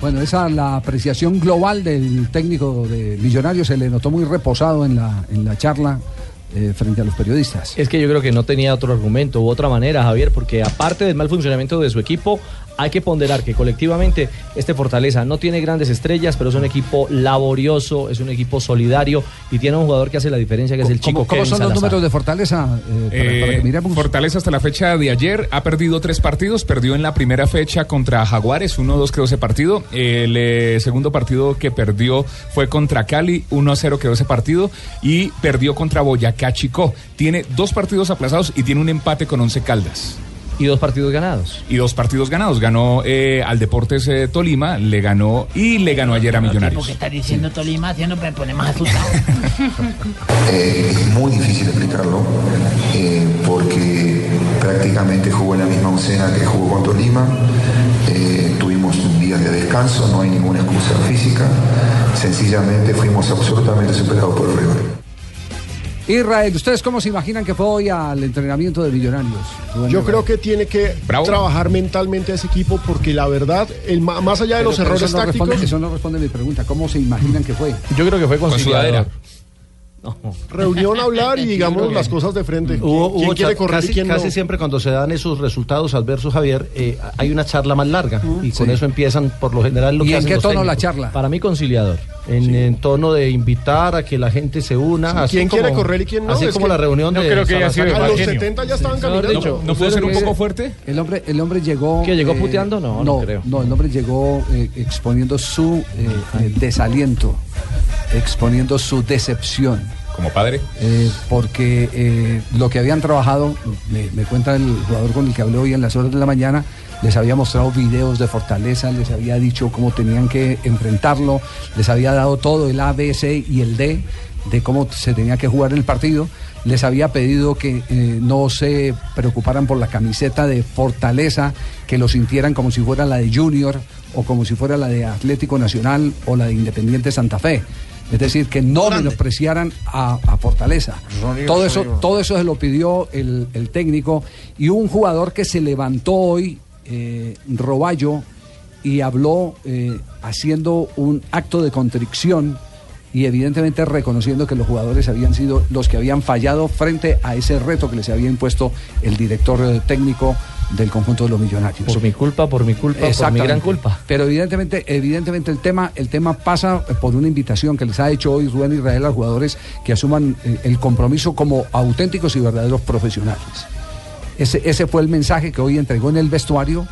Speaker 1: Bueno, esa la apreciación global del técnico de Millonarios se le notó muy reposado en la, en la charla eh, frente a los periodistas.
Speaker 7: Es que yo creo que no tenía otro argumento u otra manera, Javier, porque aparte del mal funcionamiento de su equipo, hay que ponderar que colectivamente este Fortaleza no tiene grandes estrellas, pero es un equipo laborioso, es un equipo solidario y tiene un jugador que hace la diferencia, que es el chico
Speaker 1: ¿Cómo, cómo
Speaker 7: Kevin
Speaker 1: son los
Speaker 7: Salazar.
Speaker 1: números de Fortaleza? eh, para- para que
Speaker 14: Eh, Fortaleza hasta la fecha de ayer ha perdido tres partidos. Perdió en la primera fecha contra Jaguares, 1-2 quedó ese partido. El eh, segundo partido que perdió fue contra Cali, 1-0 quedó ese partido. Y perdió contra Boyacá Chico. Tiene dos partidos aplazados y tiene un empate con Once Caldas.
Speaker 7: Y dos partidos ganados.
Speaker 14: Y dos partidos ganados. Ganó eh, al Deportes eh, Tolima, le ganó y le ganó ayer a Millonarios.
Speaker 9: Porque está diciendo Tolima, haciendo me pone más asustado.
Speaker 16: Eh, es muy difícil explicarlo eh, porque prácticamente jugó en la misma oncena que jugó con Tolima. Eh, tuvimos días de descanso, no hay ninguna excusa física. Sencillamente fuimos absolutamente superados por el rival.
Speaker 1: Israel, ¿ustedes cómo se imaginan que fue hoy al entrenamiento de Millonarios?
Speaker 6: Yo creo que tiene que trabajar mentalmente a ese equipo porque la verdad, el, ma- más allá de
Speaker 1: Pero-
Speaker 6: los
Speaker 1: pero
Speaker 6: errores
Speaker 1: eso no
Speaker 6: tácticos,
Speaker 1: responde- eso no responde a mi pregunta. ¿Cómo se imaginan que fue?
Speaker 7: Yo creo que fue
Speaker 6: con Con sudadera. reunión hablar y digamos
Speaker 5: Entiendo.
Speaker 6: las cosas de frente.
Speaker 5: Hubo-
Speaker 6: ¿Quién
Speaker 5: hubo
Speaker 6: quiere
Speaker 5: cha-
Speaker 6: correr y
Speaker 5: casi,
Speaker 6: quién no?
Speaker 5: casi siempre cuando se dan esos resultados adversos, Javier, eh, hay una charla más larga y con eso empiezan por lo general lo
Speaker 7: ¿Y
Speaker 5: que
Speaker 7: en
Speaker 5: hacen
Speaker 7: qué
Speaker 5: los
Speaker 7: tono
Speaker 5: técnicos.
Speaker 7: la charla?
Speaker 5: Para mí conciliador, en, en tono de invitar a que la gente se una.
Speaker 6: Sí,
Speaker 5: así
Speaker 6: Ah, ¿Quién quiere
Speaker 5: como-
Speaker 6: correr y quién no?
Speaker 5: Así
Speaker 6: Es
Speaker 5: como
Speaker 6: que
Speaker 5: la reunión
Speaker 6: no
Speaker 5: de
Speaker 6: creo que haya sido
Speaker 5: Salazar.
Speaker 6: de A los mal genio. 70 ya estaban caminando. ¿No- no puede ser un poco
Speaker 14: fuerte?
Speaker 1: El hombre, el hombre llegó. eh,
Speaker 7: ¿Qué, llegó puteando? No, no creo.
Speaker 1: No, el hombre llegó eh, exponiendo su eh, eh, desaliento, exponiendo su decepción.
Speaker 14: como padre?
Speaker 1: Eh, porque eh, lo que habían trabajado, me, me cuenta el jugador con el que hablé hoy en las horas de la mañana, les había mostrado videos de fortaleza, les había dicho cómo tenían que enfrentarlo, les había dado todo el A, B, C y el D de cómo se tenía que jugar el partido. Les había pedido que eh, no se preocuparan por la camiseta de Fortaleza, que lo sintieran como si fuera la de Junior o como si fuera la de Atlético Nacional o la de Independiente Santa Fe. Es decir, que no menospreciaran a, a Fortaleza.
Speaker 17: Sonido,
Speaker 1: todo, eso,
Speaker 17: sonido.
Speaker 1: todo eso se lo pidió el, el técnico y un jugador que se levantó hoy, eh, Roballo, y habló eh, haciendo un acto de contrición y evidentemente reconociendo que los jugadores habían sido los que habían fallado frente a ese reto que les había impuesto el director eh, técnico del conjunto de los millonarios.
Speaker 7: Por mi culpa, por mi culpa, por mi
Speaker 1: Exactamente.
Speaker 7: gran culpa.
Speaker 1: Pero evidentemente, evidentemente el tema, el tema pasa eh, por una invitación que les ha hecho hoy Rubén Israel a los jugadores que asuman eh, el compromiso como auténticos y verdaderos profesionales. Ese, ese fue el mensaje que hoy entregó en el vestuario,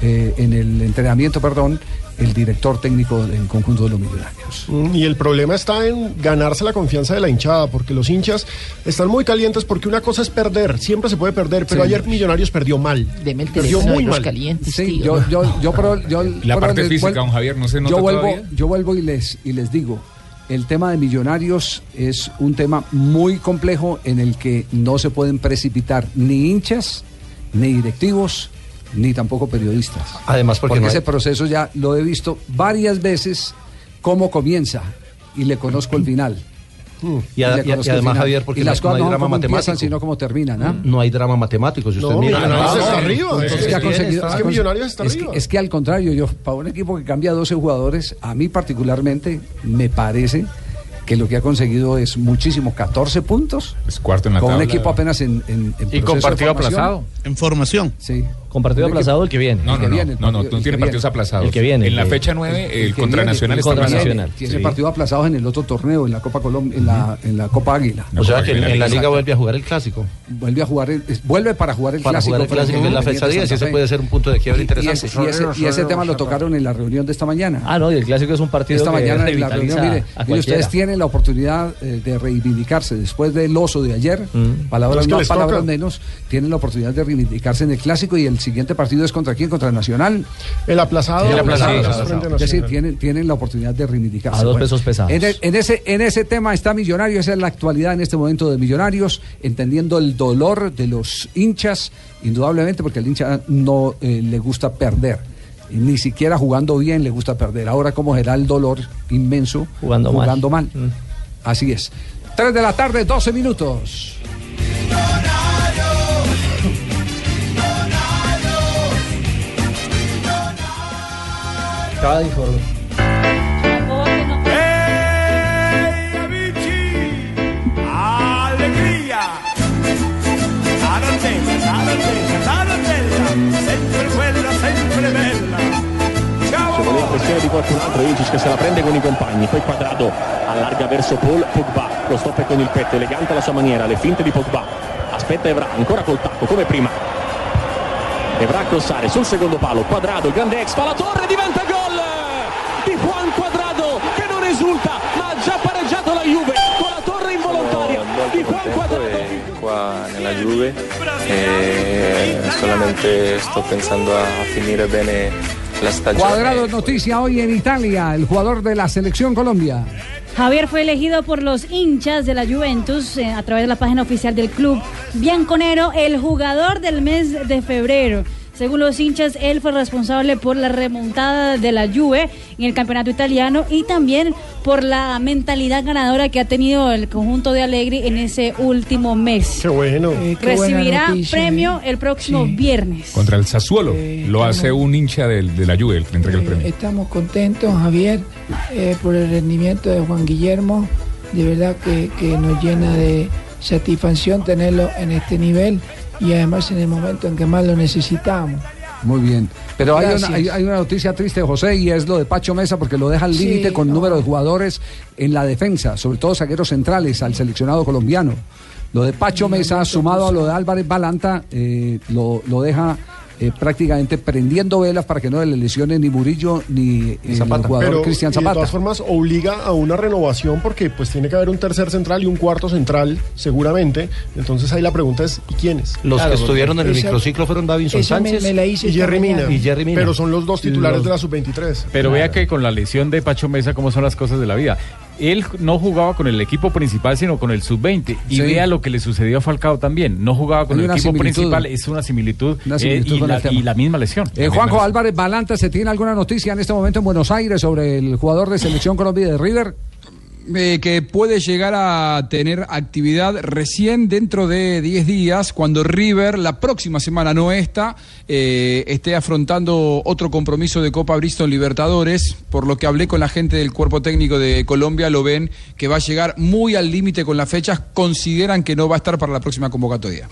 Speaker 1: eh, en el entrenamiento, perdón, el director técnico del conjunto de los millonarios.
Speaker 6: Mm, Y el problema está en ganarse la confianza de la hinchada, porque los hinchas están muy calientes porque una cosa es perder, siempre se puede perder, pero
Speaker 1: Sí.
Speaker 6: ayer Millonarios perdió mal. perdió
Speaker 1: teléfono de
Speaker 6: muy
Speaker 1: los
Speaker 6: mal.
Speaker 1: calientes, Sí, tío. yo- yo- yo pro- yo-
Speaker 14: La
Speaker 1: Bueno,
Speaker 14: parte
Speaker 1: les
Speaker 14: física,
Speaker 1: vuel-
Speaker 14: don Javier, no se nota
Speaker 1: yo vuelvo,
Speaker 14: todavía.
Speaker 1: Yo vuelvo y les, y les digo, el tema de millonarios es un tema muy complejo en el que no se pueden precipitar ni hinchas, ni directivos, ni tampoco periodistas.
Speaker 5: Además, porque no hay-
Speaker 1: ese proceso ya lo he visto varias veces cómo comienza y le conozco el final.
Speaker 5: Mm. Y,
Speaker 1: le
Speaker 5: a- y a- y
Speaker 1: conozco el
Speaker 5: además,
Speaker 1: final.
Speaker 5: Javier, porque
Speaker 1: Y las
Speaker 5: no,
Speaker 1: cosas
Speaker 5: hay
Speaker 1: no son
Speaker 5: drama
Speaker 1: como
Speaker 5: matemático.
Speaker 1: empiezan, sino como terminan, ¿ah?
Speaker 5: No hay drama matemático, si usted
Speaker 1: No,
Speaker 5: mira.
Speaker 1: Millonarios
Speaker 5: Ah,
Speaker 1: está
Speaker 5: no,
Speaker 1: arriba,
Speaker 5: entonces,
Speaker 1: es que ha
Speaker 5: bien,
Speaker 1: conseguido-
Speaker 5: está
Speaker 1: ha
Speaker 5: bien.
Speaker 1: conseguido- es que- es que al contrario, yo, para un equipo que cambia 12 jugadores, a mí particularmente me parece que lo que ha conseguido es muchísimo, 14 puntos.
Speaker 14: Es cuarto en la
Speaker 1: con un
Speaker 14: tabla.
Speaker 1: equipo apenas en, en, en
Speaker 14: Y
Speaker 1: proceso
Speaker 14: con
Speaker 1: de
Speaker 14: partido
Speaker 1: formación.
Speaker 14: aplazado.
Speaker 8: En formación.
Speaker 1: Sí.
Speaker 7: Con partido
Speaker 1: Un equipo-
Speaker 7: aplazado el que viene.
Speaker 14: No,
Speaker 1: El que
Speaker 14: no, no,
Speaker 1: viene, el
Speaker 14: no, no,
Speaker 1: partido-
Speaker 14: no
Speaker 1: el
Speaker 14: tiene
Speaker 1: que
Speaker 14: partidos
Speaker 1: viene.
Speaker 14: aplazados.
Speaker 7: El que viene,
Speaker 14: En la
Speaker 7: el-
Speaker 14: fecha 9, el,
Speaker 1: que viene,
Speaker 14: contra Nacional
Speaker 1: el
Speaker 14: está
Speaker 1: contra
Speaker 14: aplazado.
Speaker 1: Nacional. Tiene
Speaker 14: Sí.
Speaker 1: partido aplazado en el otro torneo, en la Copa Colombia, en la, en la Copa Águila.
Speaker 5: O sea que en, en la liga
Speaker 1: Exacto.
Speaker 5: vuelve a jugar el clásico.
Speaker 1: vuelve a jugar, el- es- vuelve para jugar el
Speaker 5: Para
Speaker 1: clásico.
Speaker 5: jugar el
Speaker 1: frente
Speaker 5: clásico
Speaker 1: a
Speaker 5: en la fecha
Speaker 1: Independiente
Speaker 5: 10,
Speaker 1: Santa
Speaker 5: ese
Speaker 1: Fe.
Speaker 5: puede ser un punto de
Speaker 1: Y-
Speaker 5: quiebre
Speaker 1: y
Speaker 5: interesante.
Speaker 1: ese- y ese- y ese tema lo tocaron en la reunión de esta mañana.
Speaker 7: Ah, no, y el clásico es un partido
Speaker 1: Esta
Speaker 7: que
Speaker 1: mañana en la
Speaker 7: revitaliza
Speaker 1: reunión, mire,
Speaker 7: a
Speaker 1: mire, ustedes
Speaker 7: cualquiera.
Speaker 1: tienen la oportunidad eh, de reivindicarse después del oso de ayer,
Speaker 7: Mm.
Speaker 1: palabras
Speaker 7: Es que
Speaker 1: más,
Speaker 7: les
Speaker 1: palabras
Speaker 7: toca.
Speaker 1: menos, tienen la oportunidad de reivindicarse en el clásico y el siguiente partido es contra quién, contra Nacional.
Speaker 6: El aplazado.
Speaker 5: El aplazado.
Speaker 1: Sí,
Speaker 5: El aplazado.
Speaker 1: frente a Es decir, tienen, tienen la oportunidad de reivindicarse.
Speaker 7: A dos pesos pesados.
Speaker 1: En, el- en ese, en ese tema está Millonarios, esa es la actualidad en este momento de Millonarios, entendiendo el dolor de los hinchas, indudablemente, porque al hincha no eh, le gusta perder. Ni siquiera jugando bien le gusta perder. Ahora, ¿cómo será el dolor inmenso
Speaker 7: Jugando mal. Mm.
Speaker 1: mal? Así es. 3 de la tarde, 12 minutos.
Speaker 7: Acaba de informar.
Speaker 17: ¡Alegría! Tarantella, tarantella, tarantella, sempre quella, sempre bella.
Speaker 18: Siamo lì in questione di qualcun altro, Ilicic che se la prende con i compagni, poi quadrato allarga verso Paul Pogba, lo stoppa con il petto, elegante alla sua maniera, le finte di Pogba, aspetta Evra, ancora col tacco come prima. Evra a crossare sul secondo palo, quadrato, grande ex, fa la torre, diventa gol di Juan Quadrado che non esulta ma ha già pareggiato la Juve con la torre involontaria di Juan Quadrado.
Speaker 19: qua nella Juve e solamente sto pensando a finire bene la stagione.
Speaker 1: Cuadrado noticia hoy en Italia, el jugador de la selección Colombia.
Speaker 4: Javier fue elegido por los hinchas de la Juventus eh, a través de la página oficial del club Bianconero, el jugador del mes de febrero. Según los hinchas, él fue responsable por la remontada de la Juve en el campeonato italiano y también por la mentalidad ganadora que ha tenido el conjunto de Allegri en ese último mes.
Speaker 6: Qué bueno.
Speaker 4: Eh, Recibirá premio el próximo viernes.
Speaker 14: Contra el Sassuolo. lo hace un hincha del- de, la Juve, el que entrega
Speaker 20: Eh,
Speaker 14: el premio.
Speaker 20: Estamos contentos, Javier, eh, por el rendimiento de Juan Guillermo. De verdad que, que nos llena de satisfacción tenerlo en este nivel y además en el momento en que más lo necesitamos.
Speaker 1: Muy bien. Pero hay una,
Speaker 20: Gracias.
Speaker 1: hay, hay una noticia triste, José, y es lo de Pacho Mesa, porque lo deja al
Speaker 20: Sí,
Speaker 1: límite con número de jugadores en la defensa, sobre todo zagueros centrales, al seleccionado colombiano. Lo de Pacho Mesa, sumado a lo de Álvarez Balanta, eh, lo, lo deja eh, prácticamente prendiendo velas para que no le lesione ni Murillo ni el jugador
Speaker 6: Pero,
Speaker 1: Cristian
Speaker 6: y De
Speaker 1: Zapata. Eh,
Speaker 6: todas formas, obliga a una renovación porque pues tiene que haber un tercer central y un cuarto central, seguramente. Entonces ahí la pregunta es, ¿y quiénes?
Speaker 5: Los que estuvieron en el microciclo fueron Davinson
Speaker 6: esa me-
Speaker 5: Sánchez
Speaker 6: me la hice Y esta Jerry mañana. Mina.
Speaker 5: Y Jerry Mina.
Speaker 6: Pero son los dos titulares
Speaker 5: Los-
Speaker 6: de la sub-23.
Speaker 2: Pero vea que con la lesión de Pacho Mesa, cómo son las cosas de la vida. Él no jugaba con el equipo principal, sino con el sub-20. Y
Speaker 1: Sí.
Speaker 2: vea lo que le sucedió a Falcao también. No jugaba con
Speaker 1: Hay
Speaker 2: el
Speaker 1: una
Speaker 2: equipo
Speaker 1: similitud.
Speaker 2: principal, es una similitud,
Speaker 1: Una
Speaker 2: eh,
Speaker 1: similitud
Speaker 2: y,
Speaker 1: con
Speaker 2: la,
Speaker 1: el tema.
Speaker 2: y la misma lesión.
Speaker 1: Eh, Juanjo Álvarez Balanta, ¿se tiene alguna noticia en este momento en Buenos Aires sobre el jugador de selección Colombia de River?
Speaker 21: eh, que puede llegar a tener actividad recién dentro de 10 días, cuando River, la próxima semana, no esta, eh, esté afrontando otro compromiso de Copa Bristol Libertadores. Por lo que hablé con la gente del cuerpo técnico de Colombia, lo ven que va a llegar muy al límite con las fechas, consideran que no va a estar para la próxima convocatoria.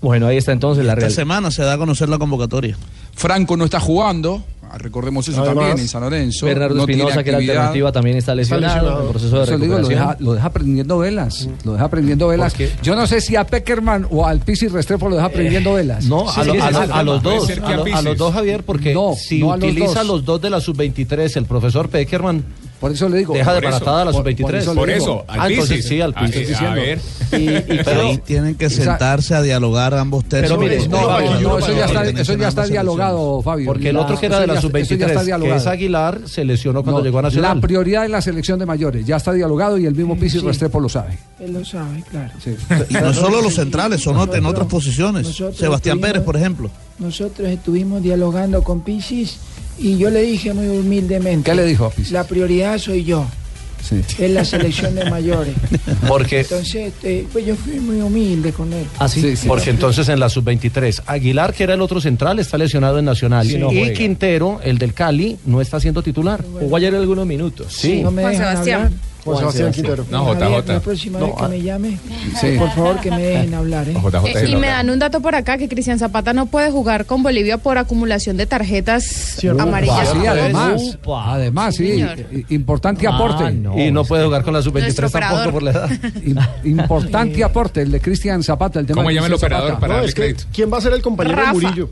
Speaker 7: Bueno, ahí está entonces la
Speaker 8: Esta
Speaker 7: real.
Speaker 8: semana se da a conocer la convocatoria.
Speaker 21: Franco no está jugando, Ah, recordemos eso
Speaker 8: Además,
Speaker 21: también en San Lorenzo.
Speaker 7: Bernardo
Speaker 21: no tiene
Speaker 7: Espinosa, que era
Speaker 21: actividad.
Speaker 7: alternativa, también está lesionado, en proceso de
Speaker 1: Eso le digo, lo,
Speaker 7: recuperación.
Speaker 21: ¿eh?
Speaker 1: deja, lo deja prendiendo velas.
Speaker 5: Mm.
Speaker 1: Lo deja prendiendo velas. Yo no sé si a Peckerman o al Pisi Restrepo lo deja prendiendo velas.
Speaker 5: Eh, No, a, lo- a lo- a los dos,
Speaker 1: Puede ser que
Speaker 5: a, lo- a los
Speaker 1: Pisis.
Speaker 5: dos, Javier, porque
Speaker 1: No,
Speaker 5: si
Speaker 1: no a los
Speaker 5: utiliza
Speaker 1: dos.
Speaker 5: los dos de la sub-23, el profesor Peckerman,
Speaker 1: por eso le digo,
Speaker 5: deja
Speaker 1: por
Speaker 5: desbaratada
Speaker 1: eso,
Speaker 5: la
Speaker 1: por- por
Speaker 5: sub-23.
Speaker 1: eso le Por digo. eso, al
Speaker 5: ah, entonces
Speaker 21: Pisis.
Speaker 5: sí, al
Speaker 21: Ah,
Speaker 5: Pisis.
Speaker 21: eh, a
Speaker 5: diciendo.
Speaker 21: ver.
Speaker 8: Ahí tienen que
Speaker 5: esa-
Speaker 8: sentarse a dialogar ambos tercios.
Speaker 5: Pero mire, no,
Speaker 8: Porque-
Speaker 5: Fabio,
Speaker 8: porque
Speaker 5: no, eso ya está-
Speaker 8: pertenecen
Speaker 5: eso ya
Speaker 8: a
Speaker 5: está
Speaker 8: ambas
Speaker 5: dialogado,
Speaker 1: Fabio.
Speaker 5: Porque el
Speaker 1: La-
Speaker 5: otro que era
Speaker 1: eso
Speaker 5: de
Speaker 1: ya-
Speaker 5: la
Speaker 1: eso ya está
Speaker 5: sub-23, que
Speaker 1: dialogado.
Speaker 5: es Aguilar, se lesionó cuando
Speaker 1: No,
Speaker 5: llegó a Nacional.
Speaker 1: La prioridad de la selección de mayores. Ya está dialogado y el mismo Pisi
Speaker 20: sí.
Speaker 1: Restrepo lo sabe.
Speaker 20: Él lo sabe, claro.
Speaker 1: Sí.
Speaker 8: Y no solo los centrales, son ot- en otras posiciones.
Speaker 20: nosotros
Speaker 8: Sebastián
Speaker 20: tuvimos-
Speaker 8: Pérez, por ejemplo.
Speaker 20: Nosotros estuvimos dialogando con Pisis y yo le dije muy humildemente.
Speaker 1: ¿Qué le dijo a Pisis?
Speaker 20: La prioridad soy yo. Es la selección de mayores.
Speaker 5: Porque
Speaker 20: Entonces, este, pues yo fui muy humilde con él.
Speaker 1: Ah,
Speaker 5: Así, Ah, porque entonces en la sub-23, Aguilar, que era el otro central, está lesionado en Nacional.
Speaker 7: Sí,
Speaker 5: y
Speaker 7: no juega.
Speaker 5: Quintero, el del Cali, no está siendo titular.
Speaker 7: Jugó ayer algunos minutos.
Speaker 5: Sí.
Speaker 20: No me
Speaker 5: Juan
Speaker 20: dejan
Speaker 5: Sebastián.
Speaker 20: hablar.
Speaker 5: Juan Sebastián Quintero. No,
Speaker 20: Javier,
Speaker 5: JJ.
Speaker 20: La próxima
Speaker 5: No,
Speaker 20: vez que
Speaker 5: ah.
Speaker 20: me llame,
Speaker 5: Sí.
Speaker 20: por favor que me dejen hablar. ¿eh?
Speaker 22: Eh, y me dan un dato por acá que Cristian Zapata no puede jugar con Bolivia por acumulación de tarjetas amarillas.
Speaker 1: Sí, además,
Speaker 5: Upa.
Speaker 1: además, sí, eh, importante
Speaker 5: Ah,
Speaker 1: aporte.
Speaker 5: no. Y no puede jugar con la sub-23 tampoco por la edad.
Speaker 1: Importante aporte el de Cristian Zapata, el tema de Cristian Zapata.
Speaker 6: No, es que, ¿Quién va a ser el compañero
Speaker 1: Rafa.
Speaker 6: de Murillo?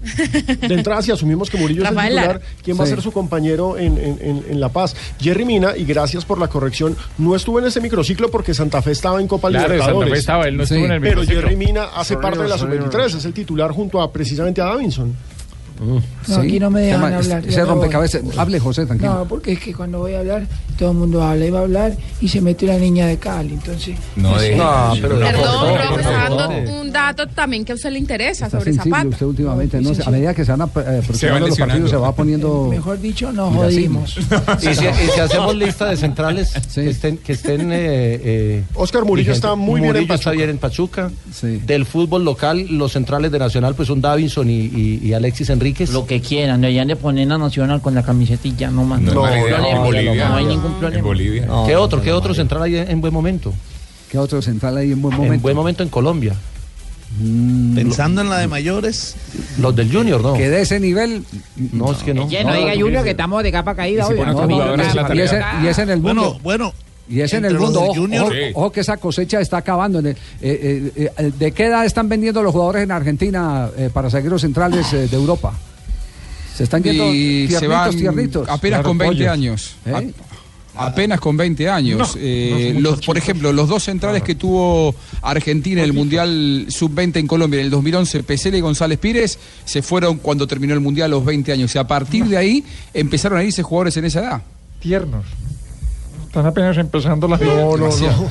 Speaker 6: De entrada, si asumimos que Murillo es
Speaker 22: Rafael
Speaker 6: el
Speaker 22: Lara.
Speaker 6: titular, ¿quién va a
Speaker 1: Sí.
Speaker 6: ser su compañero en, en- en- en La Paz? Jerry Mina, y gracias por la corrección, no estuvo en ese microciclo porque Santa Fe estaba en Copa
Speaker 2: Claro, Santa Fe
Speaker 6: Libertadores.
Speaker 2: estaba, él no estuvo en el
Speaker 6: Pero
Speaker 2: microciclo.
Speaker 6: Jerry Mina hace
Speaker 2: Sorry,
Speaker 6: parte de la
Speaker 2: sorry,
Speaker 6: sub-23, es el titular junto a precisamente a Davinson.
Speaker 2: Mm.
Speaker 20: No, aquí no me dejan hablar, yo
Speaker 1: Se
Speaker 20: me voy.
Speaker 1: rompecabezas. Hable, José, tranquilo.
Speaker 20: No, porque es que cuando voy a hablar, todo el mundo habla, iba a hablar y se metió la niña de Cali, entonces...
Speaker 1: No,
Speaker 20: sé.
Speaker 1: de- No, Ah, pero-
Speaker 22: Perdón,
Speaker 1: No,
Speaker 22: profe,
Speaker 1: no,
Speaker 22: está
Speaker 1: no.
Speaker 22: dando un dato también que a usted le interesa
Speaker 1: Está
Speaker 22: sobre
Speaker 1: sensible
Speaker 22: Zapata.
Speaker 1: usted últimamente. No, sé, a medida que se van apro- eh, aproximando los partidos, se va poniendo.
Speaker 20: Mejor dicho, nos
Speaker 1: irascibles.
Speaker 20: jodimos.
Speaker 5: Y si, y si hacemos lista de centrales que estén. Que estén eh, eh,
Speaker 6: Oscar Murillo
Speaker 5: vigentes.
Speaker 6: está muy bien en
Speaker 5: Murillo está bien en Pachuca. Del fútbol local, los centrales de Nacional pues son Davinson y, y- y Alexis Enríquez.
Speaker 9: Lo que quieran, no, ya le ponen a Nacional con la camisetilla, no más.
Speaker 5: No, no,
Speaker 9: problema,
Speaker 5: en Bolivia.
Speaker 9: no hay ningún problema. No,
Speaker 5: ¿Qué
Speaker 9: no,
Speaker 5: otro?
Speaker 9: no,
Speaker 5: ¿Qué
Speaker 9: no,
Speaker 5: otro
Speaker 9: no.
Speaker 5: central hay en en buen momento?
Speaker 1: ¿Qué otro central hay en buen momento? Mm.
Speaker 5: En buen momento en Colombia.
Speaker 8: Pensando en la de mayores.
Speaker 5: Los del Junior, ¿no?
Speaker 1: Que de ese nivel.
Speaker 5: No, es que no.
Speaker 10: Ya no, diga Junior que estamos de capa caída hoy.
Speaker 1: No, no, no, y, es, y es en el mundo.
Speaker 8: Bueno,
Speaker 1: Y es en el
Speaker 8: entre los
Speaker 1: mundo.
Speaker 8: del
Speaker 1: Ojo,
Speaker 8: Junior-
Speaker 1: ojo-
Speaker 8: Sí.
Speaker 1: ojo que esa cosecha está acabando. En el- eh, eh, eh, ¿De qué edad están vendiendo los jugadores en Argentina eh, para zagueros centrales eh, de Europa? Se están yendo
Speaker 21: Y
Speaker 1: tiernitos,
Speaker 21: se van
Speaker 1: tiernitos.
Speaker 21: apenas con 20
Speaker 1: Repollos.
Speaker 21: años.
Speaker 1: ¿Eh?
Speaker 7: Ah,
Speaker 21: A- Apenas con 20 años.
Speaker 1: No,
Speaker 21: Eh,
Speaker 1: no son
Speaker 21: los,
Speaker 1: muchos
Speaker 21: por ejemplo, los dos centrales que tuvo Argentina en el Mundial Sub-20 en Colombia en el 2011, Pesela y González Pires, se fueron cuando terminó el Mundial a los 20 años. Y a partir de ahí empezaron a irse jugadores en esa edad.
Speaker 15: Tiernos. Están apenas empezando las No,
Speaker 21: Demasiado.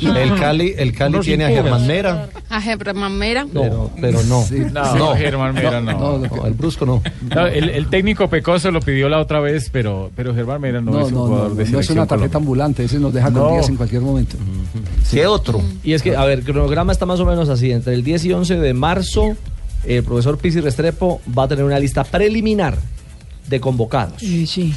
Speaker 5: El Cali, el Cali
Speaker 15: Unos
Speaker 5: tiene a
Speaker 15: impuros.
Speaker 5: Germán Mera,
Speaker 22: A Germán Mera.
Speaker 5: pero, pero no.
Speaker 2: Sí. No, Germán Mera no.
Speaker 5: no, el Brusco no.
Speaker 2: No, el, el técnico Pecoso lo pidió la otra vez, pero, pero Germán Mera no,
Speaker 1: No,
Speaker 2: es un
Speaker 1: no,
Speaker 2: jugador
Speaker 1: no,
Speaker 2: de
Speaker 1: no, no es
Speaker 2: selección
Speaker 1: una tarjeta
Speaker 2: Colombia.
Speaker 1: ambulante, ese nos deja
Speaker 2: No.
Speaker 1: con 10 en cualquier momento.
Speaker 5: ¿Qué otro?
Speaker 7: Y es que, a ver, el cronograma está más o menos así. Entre el 10 y 11 de marzo, el profesor Pizzi Restrepo va a tener una lista preliminar de convocados.
Speaker 20: sí.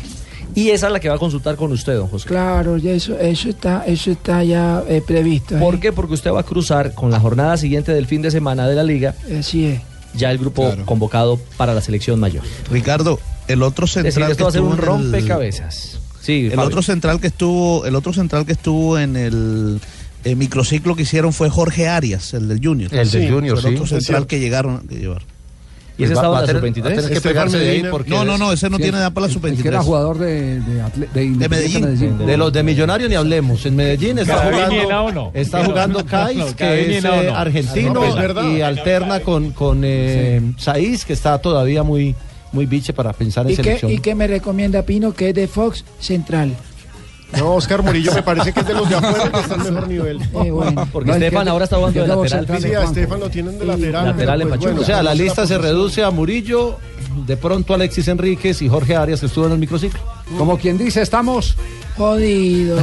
Speaker 7: Y esa es la que va a consultar con usted, don José.
Speaker 20: Claro, ya eso, eso está, eso está ya eh, previsto. ¿eh?
Speaker 7: ¿Por qué? Porque usted va a cruzar con la jornada siguiente del fin de semana de la liga
Speaker 20: Así es.
Speaker 7: ya el grupo convocado para la selección mayor.
Speaker 8: Ricardo, el otro
Speaker 7: Es
Speaker 8: central.
Speaker 7: decir,
Speaker 8: que
Speaker 7: esto va a ser
Speaker 8: estuvo
Speaker 7: un
Speaker 8: en el-
Speaker 7: rompecabezas. Sí,
Speaker 8: El
Speaker 7: Fabio.
Speaker 8: otro central que estuvo, el otro central que estuvo en el, eh, microciclo que hicieron fue Jorge Arias, el del Junior.
Speaker 5: El del Sí, Junior,
Speaker 8: Fue
Speaker 5: sí.
Speaker 8: El otro
Speaker 5: Es
Speaker 8: central
Speaker 5: cierto.
Speaker 8: que llegaron que llevar.
Speaker 7: Y
Speaker 5: Pues
Speaker 7: ese
Speaker 8: Va-
Speaker 7: estaba
Speaker 8: va a
Speaker 7: en la
Speaker 8: tener-
Speaker 7: sub-23.
Speaker 8: va a tener que
Speaker 7: Estefan
Speaker 8: pegarse de ahí
Speaker 7: Medina.
Speaker 8: porque No, no, no, ese no
Speaker 5: Sí,
Speaker 8: tiene edad para la
Speaker 5: el que
Speaker 8: sub-23.
Speaker 5: era
Speaker 1: jugador de,
Speaker 8: Medellín.
Speaker 5: De los de Millonarios ni hablemos. En Medellín está
Speaker 8: Cadavid
Speaker 5: jugando,
Speaker 8: Niena, ¿o no?
Speaker 5: está jugando Kais,
Speaker 8: No, Cadavid
Speaker 5: que es
Speaker 8: Niena, ¿o
Speaker 5: eh,
Speaker 8: no?
Speaker 5: argentino
Speaker 8: No, pues, ¿verdad?
Speaker 5: y alterna con, con eh, Saiz, que está todavía muy, muy biche para pensar en
Speaker 20: ¿Y qué,
Speaker 5: selección.
Speaker 20: ¿Y qué me recomienda Pino, que es de Fox Central?
Speaker 6: No, Oscar Murillo me parece que es de los de afuera que está al mejor nivel.
Speaker 5: Porque No, Estefan es que- ahora está jugando de
Speaker 6: Sí,
Speaker 5: lateral.
Speaker 6: Sí, a Estefan lo tienen de lateral.
Speaker 5: Lateral en
Speaker 6: pero pues
Speaker 5: Pachuca.
Speaker 6: bueno,
Speaker 5: o sea, la
Speaker 6: es
Speaker 5: lista se
Speaker 6: posición.
Speaker 5: reduce a Murillo, de pronto Alexis Enríquez y Jorge Arias, que estuvo en el microciclo.
Speaker 1: Como quien dice, estamos
Speaker 20: jodidos.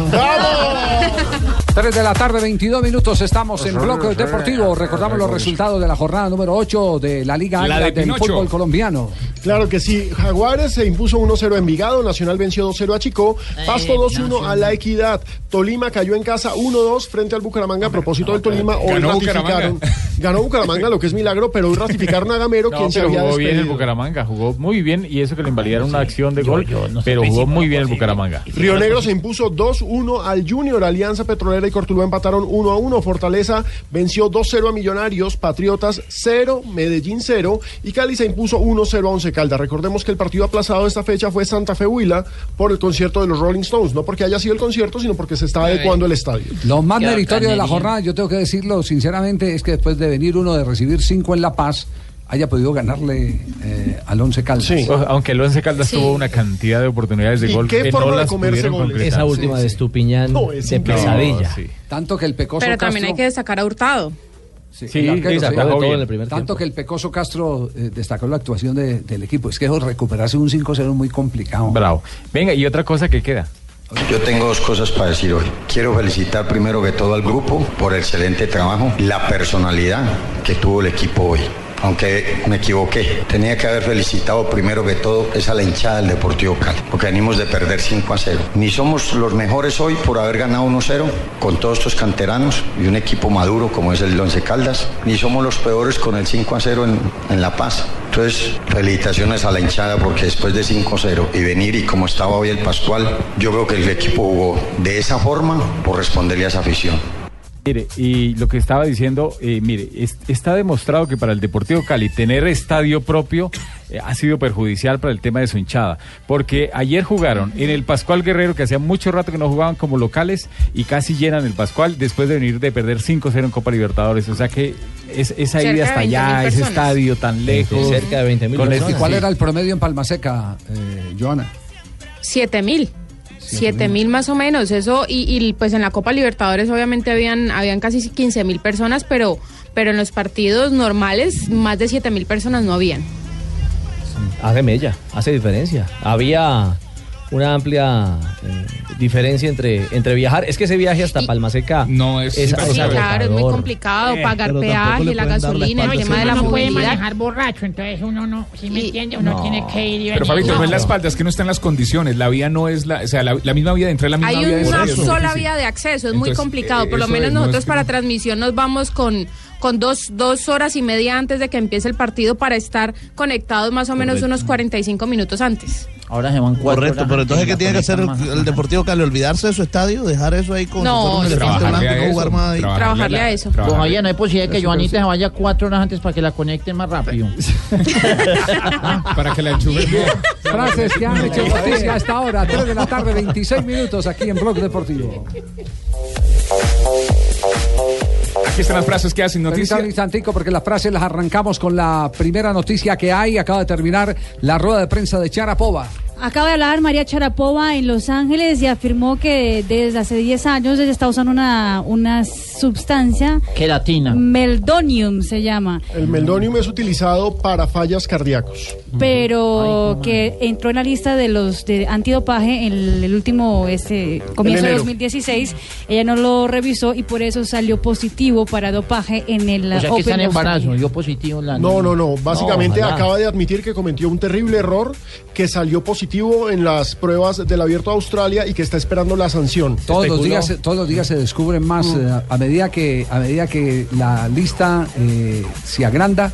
Speaker 1: Tres de la tarde, 22 minutos, estamos en
Speaker 21: Ajá,
Speaker 1: bloque
Speaker 21: ajá,
Speaker 1: deportivo. Recordamos los resultados de la jornada número 8 de la Liga
Speaker 6: La
Speaker 1: Águila
Speaker 6: de
Speaker 1: del
Speaker 6: Pinocho.
Speaker 1: fútbol colombiano.
Speaker 6: Claro que sí. Jaguares se impuso 1-0 a Envigado, Nacional venció 2-0 a Chico, Pasto 2-1 a La Equidad, Tolima cayó en casa 1-2 frente al Bucaramanga. A propósito del Tolima, hoy
Speaker 14: Ganó
Speaker 6: ratificaron. Ganó Bucaramanga, lo que es milagro, pero hoy ratificaron a Gamero,
Speaker 2: No,
Speaker 6: quien se
Speaker 2: pero
Speaker 6: había
Speaker 2: jugó bien el
Speaker 6: despedido.
Speaker 2: Bucaramanga, jugó muy bien y
Speaker 5: Ah,
Speaker 2: eso que le invalidaron una acción de gol, pero jugó muy bien el Bucaramanga.
Speaker 6: Río Negro se impuso 2-1 al Junior, Alianza Petrolera y Cortuluá empataron 1-1, Fortaleza venció 2-0 a Millonarios, Patriotas 0, Medellín 0 y Cali se impuso 1-0 a Once Caldas. Recordemos que el partido aplazado de esta fecha fue Santa Fe Huila por el concierto de los Rolling Stones, no porque haya sido el concierto, sino porque se está adecuando el estadio.
Speaker 1: Lo más meritorio de la jornada, yo tengo que decirlo sinceramente, es que después de venir uno de recibir cinco en La Paz, haya podido ganarle eh, al Once Caldas.
Speaker 2: O- Aunque el Once Caldas
Speaker 1: Sí.
Speaker 2: tuvo una cantidad de oportunidades de
Speaker 1: ¿Y
Speaker 2: gol
Speaker 1: qué
Speaker 2: que
Speaker 1: forma
Speaker 2: no
Speaker 1: de
Speaker 2: las
Speaker 1: comerse
Speaker 2: pudieron
Speaker 1: goles?
Speaker 2: concretar.
Speaker 7: Esa última de Estupiñán de pesadilla.
Speaker 1: Tanto que el Pecoso
Speaker 22: Pero también
Speaker 1: Castro...
Speaker 22: hay que destacar a Hurtado.
Speaker 1: Sí, el arquero,
Speaker 7: sacó
Speaker 1: sí.
Speaker 7: de todo en el primer
Speaker 1: Tanto que el Pecoso Castro eh, destacó la actuación de- del equipo. Es que oh, recuperarse un 5-0 es muy complicado.
Speaker 2: Bravo. Venga, y otra cosa que queda.
Speaker 23: Yo tengo dos cosas para decir hoy. Quiero felicitar primero que todo al grupo por el excelente trabajo, la personalidad que tuvo el equipo hoy. Aunque me equivoqué, tenía que haber felicitado primero que todo es a la hinchada del Deportivo Cali, porque venimos de perder 5 a 0. Ni somos los mejores hoy por haber ganado 1-0 con todos estos canteranos y un equipo maduro como es el Once Caldas, ni somos los peores con el 5 a 0 en, en La Paz. Entonces, felicitaciones a la hinchada porque después de 5-0 y venir y como estaba hoy el Pascual, yo creo que el equipo jugó de esa forma por responderle a esa afición.
Speaker 2: Mire, y lo que estaba diciendo, eh, mire, es- está demostrado que para el Deportivo Cali tener estadio propio eh, ha sido perjudicial para el tema de su hinchada. Porque ayer jugaron en el Pascual Guerrero, que hacía mucho rato que no jugaban como locales, y casi llenan el Pascual después de venir de perder 5-0 en Copa Libertadores. O sea que es- esa
Speaker 1: Cerca de
Speaker 2: idea hasta
Speaker 1: 20.000
Speaker 2: allá, ese
Speaker 1: personas.
Speaker 2: estadio tan lejos.
Speaker 7: Cerca de 20.000
Speaker 2: con este-
Speaker 1: ¿Y cuál
Speaker 2: sí.
Speaker 1: era el promedio en Palmaseca, eh, Joana?
Speaker 22: Siete mil. Siete mil más o menos, eso, y, y, pues en la Copa Libertadores obviamente habían, habían casi 15 mil personas, pero, pero en los partidos normales más de siete mil personas no habían.
Speaker 7: hace mella, hace diferencia. Había una amplia eh, diferencia entre, entre viajar. Es que ese viaje hasta Palmaseca no es,
Speaker 22: Sí, claro, es muy complicado,
Speaker 7: Eh,
Speaker 22: pagar
Speaker 7: pero tampoco
Speaker 22: peaje,
Speaker 7: le
Speaker 22: la
Speaker 7: pueden dar la
Speaker 22: gasolina, el
Speaker 7: espalda
Speaker 22: tema de la
Speaker 7: siempre.
Speaker 22: movilidad.
Speaker 7: Uno puede
Speaker 13: manejar borracho, entonces uno no, si me entiende, uno tiene que ir y venir.
Speaker 14: Pero Fabito, no es la espalda, es que no están las condiciones. La vía no es la. O sea, la, la misma vía de entrar, la misma
Speaker 22: Hay
Speaker 14: vía de
Speaker 22: una
Speaker 14: salir.
Speaker 22: sola vía de acceso, es muy
Speaker 14: Entonces,
Speaker 22: complicado.
Speaker 14: eh,
Speaker 22: Por lo
Speaker 14: eso
Speaker 22: menos
Speaker 14: es, no
Speaker 22: nosotros
Speaker 14: es que
Speaker 22: para
Speaker 14: no-
Speaker 22: transmisión nos vamos con, con dos, dos horas y media antes de que empiece el partido para estar conectados más o menos
Speaker 8: Correcto.
Speaker 22: unos 45 minutos antes.
Speaker 9: Ahora se van cuatro.
Speaker 8: Correcto,
Speaker 9: horas
Speaker 8: pero entonces ¿qué
Speaker 9: antes y
Speaker 8: tiene que
Speaker 9: la
Speaker 8: hacer el,
Speaker 9: conectan más.
Speaker 8: el Deportivo Cali? ¿Olvidarse de su estadio? ¿Dejar eso ahí con
Speaker 22: No,
Speaker 8: si fuera un elefante
Speaker 9: trabajarle
Speaker 8: blanco
Speaker 9: a
Speaker 8: y no
Speaker 9: eso,
Speaker 8: jugar más ahí?
Speaker 22: Trabajarle a eso.
Speaker 9: Todavía no es posible que
Speaker 8: Eso
Speaker 9: Joanita se vaya cuatro horas antes para que la conecten más rápido.
Speaker 14: para que la enchufen bien.
Speaker 1: Frases que han hecho noticia hasta ahora, 3 de la tarde, 26 minutos aquí en Blog Deportivo.
Speaker 14: Aquí están las frases que hacen
Speaker 1: Permítame
Speaker 14: noticia.
Speaker 1: un instantico porque las frases las arrancamos con la primera noticia que hay. Acaba de terminar la rueda de prensa de Charapova.
Speaker 4: Acaba de hablar María Charapova en Los Ángeles y afirmó que desde hace 10 años ella está usando una, una sustancia,
Speaker 9: Queratina.
Speaker 4: meldonium se llama,
Speaker 6: El meldonium es utilizado para fallas cardíacos.
Speaker 4: pero que entró en la lista de los de antidopaje en el, el último este, comienzo de
Speaker 6: enero.
Speaker 4: 2016. Ella no lo revisó y por eso salió positivo para dopaje en el
Speaker 9: O sea que
Speaker 4: Open
Speaker 9: está en
Speaker 4: de Australia.
Speaker 9: embarazo, yo positivo la
Speaker 6: No, no, no. Básicamente
Speaker 9: ojalá.
Speaker 6: acaba de admitir que cometió un terrible error, que salió positivo en las pruebas del Abierto de Australia y que está esperando la sanción.
Speaker 1: Todos los, días, se- todos los días se descubren más
Speaker 6: Mm.
Speaker 1: eh, a, medida que, a medida que la lista eh, se agranda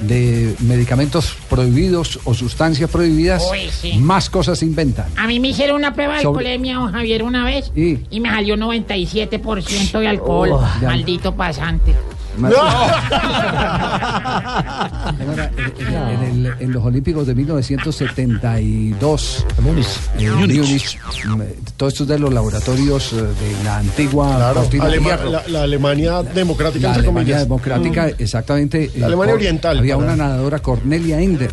Speaker 1: de medicamentos prohibidos o sustancias prohibidas,
Speaker 13: Uy, sí.
Speaker 1: más cosas se inventan.
Speaker 13: A mí me hicieron una prueba de
Speaker 1: Sobre-
Speaker 13: colemia, don Javier, una vez y, me salió 97% de alcohol.
Speaker 1: Oh, ya.
Speaker 13: Maldito pasante.
Speaker 1: En, el- en los Olímpicos de 1972. eh,
Speaker 6: Múnich.
Speaker 1: Múnich, mm, eh, Todo esto es de los laboratorios eh, de la antigua cortina de
Speaker 6: Alema-
Speaker 1: hierro.
Speaker 6: la, la Alemania democrática,
Speaker 1: La
Speaker 6: entre
Speaker 1: Alemania
Speaker 6: comillas.
Speaker 1: democrática,
Speaker 6: Mm.
Speaker 1: exactamente.
Speaker 6: La
Speaker 1: eh,
Speaker 6: Alemania
Speaker 1: por-
Speaker 6: oriental,
Speaker 1: Había
Speaker 6: para-
Speaker 1: una nadadora, Cornelia Ender,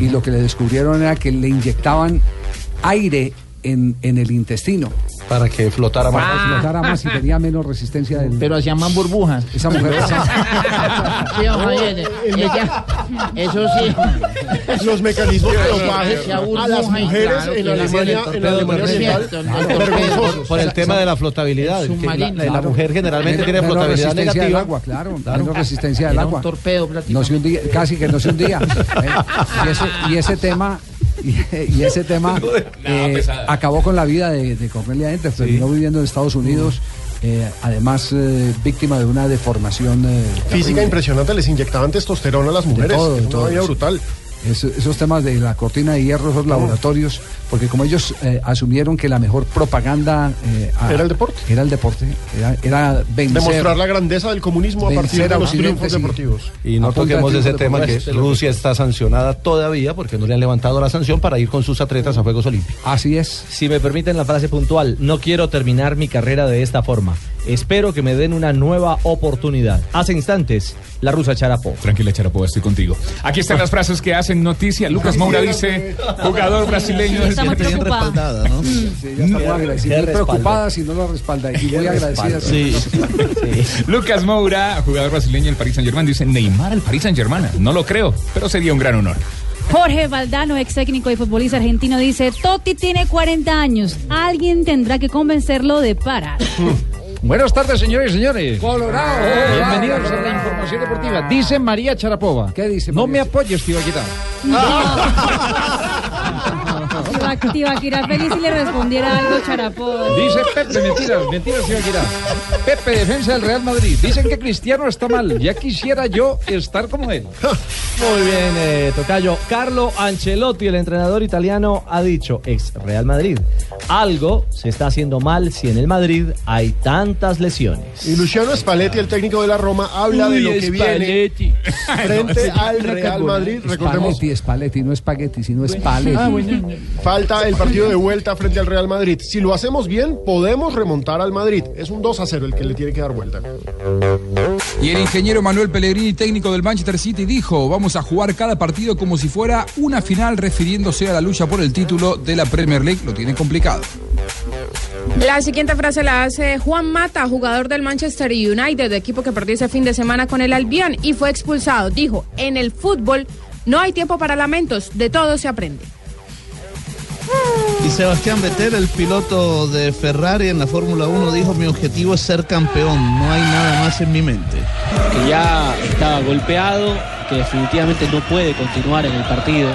Speaker 1: y lo que le descubrieron era que le inyectaban aire en, en el intestino.
Speaker 5: Para que flotara más.
Speaker 1: Para que flotara más y tenía menos resistencia del...
Speaker 9: Pero hacían más burbujas.
Speaker 1: Esa mujer... esa-
Speaker 9: Sí, don Javier, ella- eso sí. Ah,
Speaker 6: Los mecanismos de dopaje
Speaker 9: Se aburbuja
Speaker 6: a las
Speaker 9: y
Speaker 6: mujeres
Speaker 9: claro,
Speaker 6: en
Speaker 9: que
Speaker 6: Alemania,
Speaker 9: hacen el
Speaker 6: en Alemania
Speaker 9: torpedo,
Speaker 6: Oriental,
Speaker 9: ¿no es cierto? El
Speaker 6: vergonzoso.
Speaker 5: Por, por el tema de la flotabilidad. que la, la- la mujer generalmente
Speaker 1: Menos-
Speaker 5: tiene
Speaker 1: menos
Speaker 5: flotabilidad
Speaker 1: resistencia
Speaker 5: negativa.
Speaker 1: del agua, claro, menos resistencia del
Speaker 5: Era un
Speaker 1: agua. no se hundía, casi que no se hundía. ¿eh? y, ese, y ese tema, y, y ese tema eh, acabó con la vida de, de Cornelia Enter, terminó viviendo en Estados Unidos, eh, además eh, víctima de una deformación eh,
Speaker 6: Física
Speaker 1: terrible.
Speaker 6: impresionante, les inyectaban testosterona a las
Speaker 1: De
Speaker 6: mujeres.
Speaker 1: todo, de
Speaker 6: Era una
Speaker 1: todo,
Speaker 6: vaina
Speaker 1: sí.
Speaker 6: brutal.
Speaker 1: Eso- esos temas de la cortina de hierro, esos laboratorios, porque como ellos eh, asumieron que la mejor propaganda eh, a-
Speaker 6: Era el deporte.
Speaker 1: era el deporte, era, era vencer.
Speaker 6: Demostrar la grandeza del comunismo a
Speaker 1: vencer
Speaker 6: partir de
Speaker 1: a
Speaker 6: los
Speaker 1: los
Speaker 6: triunfos
Speaker 1: clientes y-
Speaker 6: deportivos.
Speaker 5: Y no
Speaker 1: Apunta
Speaker 5: toquemos
Speaker 1: al
Speaker 5: ese
Speaker 1: triunfo
Speaker 5: tema que
Speaker 1: deportivo.
Speaker 5: Rusia está sancionada todavía porque no le han levantado la sanción para ir con sus atletas a Juegos Olímpicos.
Speaker 1: Así es.
Speaker 7: Si me permiten la frase puntual, no quiero terminar mi carrera de esta forma. Espero que me den una nueva oportunidad. Hace instantes, la rusa Charapó.
Speaker 14: Tranquila, Charapó, estoy contigo. Aquí están las frases que hacen noticia. Lucas Moura dice, jugador brasileño.
Speaker 1: Está muy preocupada.
Speaker 5: ¿no?
Speaker 14: Mm.
Speaker 1: Ya está muy agradecida.
Speaker 14: Qué
Speaker 1: Muy
Speaker 14: respaldo.
Speaker 1: preocupada si no la respalda. Y muy agradecida. si-
Speaker 14: Lucas Moura, jugador brasileño del Paris Saint Germain, dice Neymar al Paris Saint Germain. No lo creo, pero sería un gran honor.
Speaker 4: Jorge Valdano, ex técnico y futbolista argentino, dice, Totti tiene 40 años, alguien tendrá que convencerlo de parar.
Speaker 3: Buenas tardes, señores y señores.
Speaker 1: Colorado.
Speaker 3: Bienvenidos a la información deportiva. Dice María Charapova. ¿Qué dice? No me apoyes, tío Aguilar.
Speaker 4: Activa Kira, feliz si le respondiera algo Charapó.
Speaker 3: Dice Pepe, mentiras, mentiras, tío Aguilar. Pepe, defensa del Real Madrid. Dicen que Cristiano está mal. Ya quisiera yo estar como él.
Speaker 7: Muy bien, eh, Tocayo. Carlo Ancelotti, el entrenador italiano, ha dicho, ex Real Madrid, algo se está haciendo mal si en el Madrid hay tantas lesiones.
Speaker 6: Y Luciano Spalletti, el técnico de la Roma, habla de
Speaker 7: Uy,
Speaker 6: lo que
Speaker 7: Spalletti.
Speaker 6: viene frente
Speaker 7: No,
Speaker 6: al Real Madrid. Recordemos,
Speaker 1: Spalletti, Spalletti, no espagueti, sino Spalletti.
Speaker 6: Ah, bueno. falta el partido de vuelta frente al Real Madrid. Si lo hacemos bien, podemos remontar al Madrid. Es un 2 a 0 el que le tiene que dar vuelta.
Speaker 21: Y el ingeniero Manuel Pellegrini, técnico del Manchester City, dijo, vamos a jugar cada partido como si fuera una final refiriéndose a la lucha por el título de la Premier League. Lo tiene complicado.
Speaker 22: La siguiente frase la hace Juan Mata, jugador del Manchester United, equipo que perdió ese fin de semana con el Albion y fue expulsado. Dijo, en el fútbol no hay tiempo para lamentos, de todo se aprende.
Speaker 8: Y Sebastián Vettel, el piloto de Ferrari en la Fórmula 1, dijo, mi objetivo es ser campeón, no hay nada más en mi mente.
Speaker 11: que ya estaba golpeado, que definitivamente no puede continuar en el partido.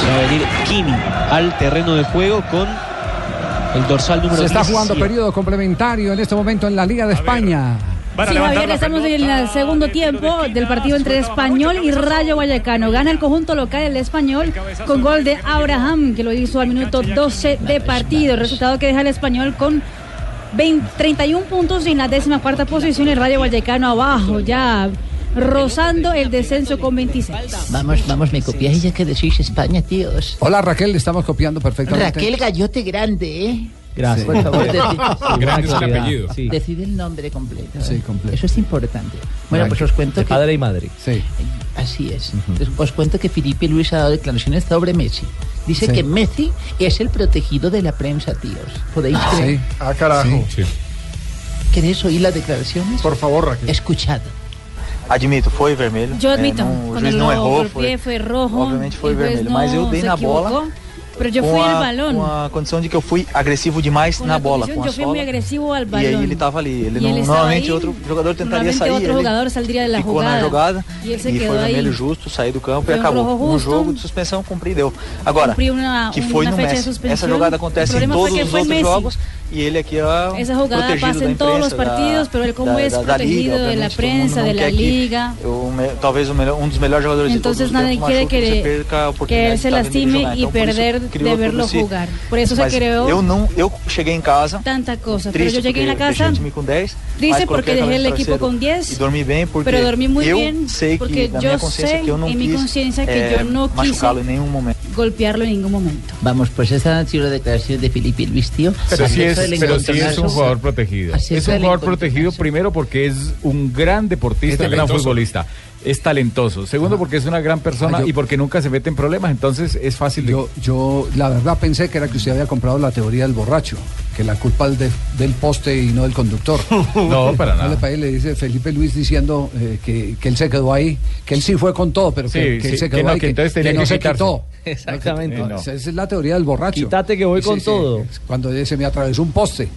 Speaker 11: Se va a venir Kimi al terreno de juego con el dorsal número
Speaker 1: Se está
Speaker 11: 17.
Speaker 1: jugando periodo complementario en este momento en la Liga de España.
Speaker 4: Sí, Javier, estamos en el segundo tiempo del partido entre Español y Rayo Vallecano. Gana el conjunto local el Español con gol de Abraham, que lo hizo al minuto 12 de partido. El resultado que deja el Español con 20 31 puntos en la décima cuarta posición. El Rayo Vallecano abajo, ya rozando el descenso con 26.
Speaker 12: Vamos, vamos, me copias ya que decís España, tíos.
Speaker 1: Hola Raquel, le estamos copiando perfectamente.
Speaker 12: Raquel Gallote Grande, ¿eh?
Speaker 1: Gracias.
Speaker 12: Por favor,
Speaker 1: Sí.
Speaker 12: decí-
Speaker 1: Grande es el apellido. Sí.
Speaker 12: Decide el nombre completo. ¿eh?
Speaker 1: Sí, completo.
Speaker 12: Eso es importante. Bueno,
Speaker 1: Vale.
Speaker 12: pues os cuento
Speaker 1: De
Speaker 12: que...
Speaker 1: padre
Speaker 12: y
Speaker 7: madre.
Speaker 1: Sí.
Speaker 12: Así es. Entonces, Os cuento que Felipe Luis ha dado declaraciones sobre Messi. Dice Sí. que Messi es el protegido de la prensa, tíos. ¿Podéis creer?
Speaker 6: Ah, carajo.
Speaker 12: ¿Queréis oír las declaraciones?
Speaker 6: Por favor, Raquel.
Speaker 12: Escuchad.
Speaker 24: Admito, foi vermelho.
Speaker 4: Yo
Speaker 24: É,
Speaker 4: admito,
Speaker 24: não- o
Speaker 4: cuando
Speaker 24: juiz
Speaker 4: lo
Speaker 24: não errou,
Speaker 4: golpeé fue rojo.
Speaker 24: Obviamente foi
Speaker 4: el juez no
Speaker 24: vermelho. Mas eu dei
Speaker 4: se
Speaker 24: na bola
Speaker 4: equivocó, Pero yo
Speaker 24: com
Speaker 4: fui al
Speaker 24: a,
Speaker 4: balón.
Speaker 24: com a condição de que eu fui agressivo demais
Speaker 4: Con
Speaker 24: na
Speaker 4: la
Speaker 24: bola,
Speaker 4: condición,
Speaker 24: com a
Speaker 4: yo fui muy
Speaker 24: sola.
Speaker 4: agresivo al
Speaker 24: E aí ele
Speaker 4: balón.
Speaker 24: tava ali. Ele
Speaker 4: E
Speaker 24: não,
Speaker 4: ele estava
Speaker 24: normalmente
Speaker 4: aí,
Speaker 24: outro jogador tentaria
Speaker 4: Normalmente
Speaker 24: sair.
Speaker 4: otro
Speaker 24: ele
Speaker 4: jugador saldría de la
Speaker 24: ficou
Speaker 4: jogada.
Speaker 24: na jogada
Speaker 4: y él se
Speaker 24: e foi
Speaker 4: quedó
Speaker 24: vermelho
Speaker 4: ahí.
Speaker 24: justo, sair do campo
Speaker 4: Foi
Speaker 24: e
Speaker 4: um
Speaker 24: acabou.
Speaker 4: jogo
Speaker 24: um
Speaker 4: justo.
Speaker 24: jogo de suspensão cumpri e deu. Agora,
Speaker 4: Cumpriu una-
Speaker 24: que
Speaker 4: una
Speaker 24: foi no
Speaker 4: fecha de
Speaker 24: Messi. Essa
Speaker 4: suspensão.
Speaker 24: jogada
Speaker 4: O
Speaker 24: acontece em
Speaker 4: problema foi
Speaker 24: todos
Speaker 4: que
Speaker 24: os
Speaker 4: foi
Speaker 24: outros
Speaker 4: Messi.
Speaker 24: jogos e ele aqui ó,
Speaker 4: Esa jugada
Speaker 24: protegido
Speaker 4: pasa
Speaker 24: da
Speaker 4: en todos los
Speaker 24: imprensa, da-
Speaker 4: partidos, pero él como
Speaker 24: da-
Speaker 4: es
Speaker 24: da- da
Speaker 4: protegido
Speaker 24: liga,
Speaker 4: de la
Speaker 24: obviamente, todo mundo
Speaker 4: prensa,
Speaker 24: não
Speaker 4: de la
Speaker 24: quer que
Speaker 4: liga.
Speaker 24: o me- talvez o melhor- um dos melhores jogadores
Speaker 4: Entonces
Speaker 24: de todos os
Speaker 4: nadie
Speaker 24: tempos
Speaker 4: quiere
Speaker 24: machuque,
Speaker 4: que-
Speaker 24: você perca a oportunidade
Speaker 4: que él
Speaker 24: de
Speaker 4: se
Speaker 24: tá vendo ele
Speaker 4: lastime
Speaker 24: jogar.
Speaker 4: y
Speaker 24: por isso
Speaker 4: perder de
Speaker 24: criou
Speaker 4: verlo
Speaker 24: todo esse-
Speaker 4: jugar. Por eso se
Speaker 24: Mas
Speaker 4: creó-
Speaker 24: Eu não, eu cheguei em casa
Speaker 4: Tanta cosa. Pero
Speaker 24: triste
Speaker 4: yo llegué a la
Speaker 24: porque deixei
Speaker 4: casa
Speaker 24: o time com 10,
Speaker 4: Triste
Speaker 24: mas coloquei
Speaker 4: porque
Speaker 24: a
Speaker 4: dejé
Speaker 24: cabeça
Speaker 4: el equipo
Speaker 24: no
Speaker 4: con
Speaker 24: travesseiro
Speaker 4: 10,
Speaker 24: e dormi bem porque
Speaker 4: pero dormí muy
Speaker 24: eu
Speaker 4: bien,
Speaker 24: sei
Speaker 4: porque
Speaker 24: que na
Speaker 4: yo
Speaker 24: minha consciência
Speaker 4: sé
Speaker 24: que eu não
Speaker 4: en mi
Speaker 24: quis,
Speaker 4: conciencia que
Speaker 24: eh,
Speaker 4: yo no quise-
Speaker 24: machucá-lo em nenhum momento.
Speaker 4: golpearlo en ningún momento.
Speaker 12: Vamos, pues esa han sido las declaraciones de Felipe Luis, tío.
Speaker 2: Pero sí
Speaker 12: Acerca
Speaker 2: es,
Speaker 12: del
Speaker 2: pero sí es
Speaker 12: encontronazo.
Speaker 2: un jugador protegido.
Speaker 12: Acerca
Speaker 2: Es un
Speaker 12: del
Speaker 2: jugador
Speaker 12: encontro-
Speaker 2: protegido primero porque es un gran deportista,
Speaker 12: Es
Speaker 2: un gran
Speaker 12: talentoso.
Speaker 2: futbolista. Es talentoso. Segundo porque es una gran persona
Speaker 1: Ah, yo-
Speaker 2: y porque nunca se mete en problemas. Entonces es fácil de...
Speaker 1: Yo, yo la verdad pensé que era que usted había comprado la teoría del borracho, que la culpa es de- del poste y no del conductor.
Speaker 2: No, para nada.
Speaker 1: Le, parece? le dice Felipe Luis diciendo eh, que, que él se quedó ahí, que él sí fue con todo, pero que,
Speaker 2: Sí,
Speaker 1: que él
Speaker 2: sí,
Speaker 1: se
Speaker 2: que
Speaker 1: quedó
Speaker 2: no,
Speaker 1: ahí,
Speaker 2: que entonces tenía
Speaker 1: no
Speaker 2: que
Speaker 1: se
Speaker 2: quitarse.
Speaker 1: quitó.
Speaker 2: Exactamente.
Speaker 1: No,
Speaker 2: Eh, no.
Speaker 1: Esa es la teoría del borracho.
Speaker 7: Quítate que voy con todo.
Speaker 1: Cuando se me atravesó un poste.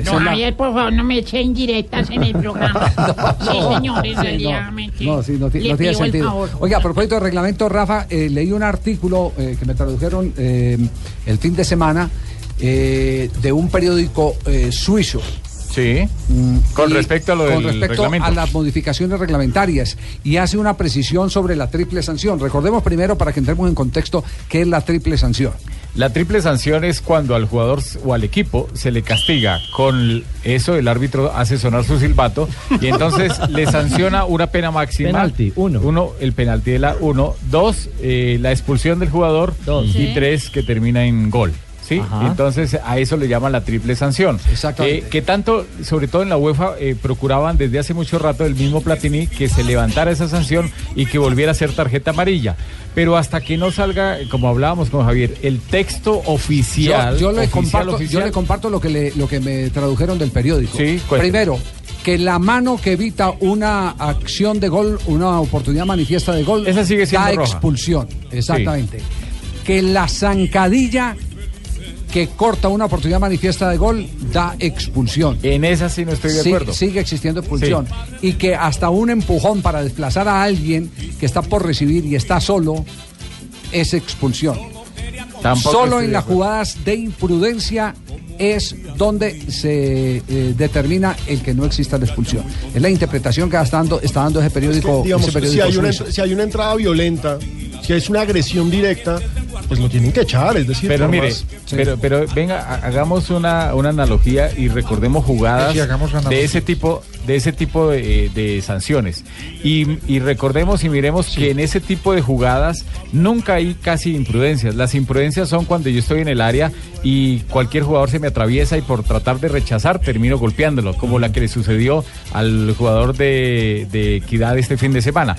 Speaker 1: Esa
Speaker 13: No,
Speaker 1: es la-
Speaker 13: Javier, por favor, no me echen directas en el programa. sí, señor, en
Speaker 1: Sí,
Speaker 13: realidad
Speaker 1: no.
Speaker 13: me-
Speaker 1: No, sí, no, ti-
Speaker 13: Le
Speaker 1: no tiene
Speaker 13: pido el
Speaker 1: sentido.
Speaker 13: favor.
Speaker 1: Oiga, a propósito del reglamento, Rafa, eh, leí un artículo eh, que me tradujeron eh, el fin de semana eh, de un periódico eh, suizo.
Speaker 2: Sí. Mm, Con
Speaker 1: Y
Speaker 2: respecto a lo
Speaker 1: con
Speaker 2: del
Speaker 1: respecto
Speaker 2: reglamento.
Speaker 1: a las modificaciones reglamentarias y hace una precisión sobre la triple sanción. Recordemos primero, para que entremos en contexto, qué es la triple sanción.
Speaker 2: La triple sanción es cuando al jugador s- o al equipo se le castiga. Con l- eso el árbitro hace sonar su silbato y entonces le sanciona una pena máxima.
Speaker 7: Penalti,
Speaker 2: uno. Uno, el penalti de la uno. Dos, eh, la expulsión del jugador. Y
Speaker 7: Sí.
Speaker 2: tres, que termina en gol. ¿Sí?
Speaker 7: Ajá.
Speaker 2: Entonces a eso le llaman la triple sanción.
Speaker 1: Exactamente.
Speaker 2: Eh, que tanto, sobre todo en la UEFA, eh, procuraban desde hace mucho rato el mismo Platini que se levantara esa sanción y que volviera a ser tarjeta amarilla. Pero hasta que no salga, eh, como hablábamos con Javier, el texto oficial.
Speaker 1: Yo, yo le
Speaker 2: oficial,
Speaker 1: comparto, yo
Speaker 2: oficial,
Speaker 1: le comparto lo que le- lo que me tradujeron del periódico.
Speaker 2: Sí, cuente.
Speaker 1: Primero, que la mano que evita una acción de gol, una oportunidad manifiesta de gol,
Speaker 2: Esa sigue siendo
Speaker 1: da
Speaker 2: roja.
Speaker 1: expulsión. Exactamente. Que la zancadilla que corta una oportunidad manifiesta de gol da expulsión.
Speaker 2: En esa sí no estoy de
Speaker 1: Sí,
Speaker 2: acuerdo.
Speaker 1: Sigue existiendo expulsión. Y que hasta un empujón para desplazar a alguien que está por recibir y está solo es expulsión.
Speaker 2: Tampoco
Speaker 1: Solo
Speaker 2: estoy
Speaker 1: en
Speaker 2: de
Speaker 1: las
Speaker 2: acuerdo.
Speaker 1: jugadas de imprudencia es donde se eh, determina el que no exista la expulsión. Es la interpretación que está dando, está dando ese periódico.
Speaker 6: digamos,
Speaker 1: ese
Speaker 6: si
Speaker 1: periódico
Speaker 6: hay, una,
Speaker 1: suizo.
Speaker 6: ent- si hay una entrada violenta, si es una agresión directa, pues lo tienen que echar, es decir,
Speaker 2: Pero
Speaker 6: por
Speaker 2: mire,
Speaker 6: más-
Speaker 2: pero, pero venga, ha- hagamos una, una analogía y recordemos jugadas
Speaker 3: Sí, hagamos analogía.
Speaker 2: de ese tipo, de ese tipo de, de sanciones. Y, y recordemos y miremos que en ese tipo de jugadas nunca hay casi imprudencias. Las imprudencias son cuando yo estoy en el área y cualquier jugador se me atraviesa y por tratar de rechazar termino golpeándolo, como la que le sucedió al jugador de, de Equidad este fin de semana.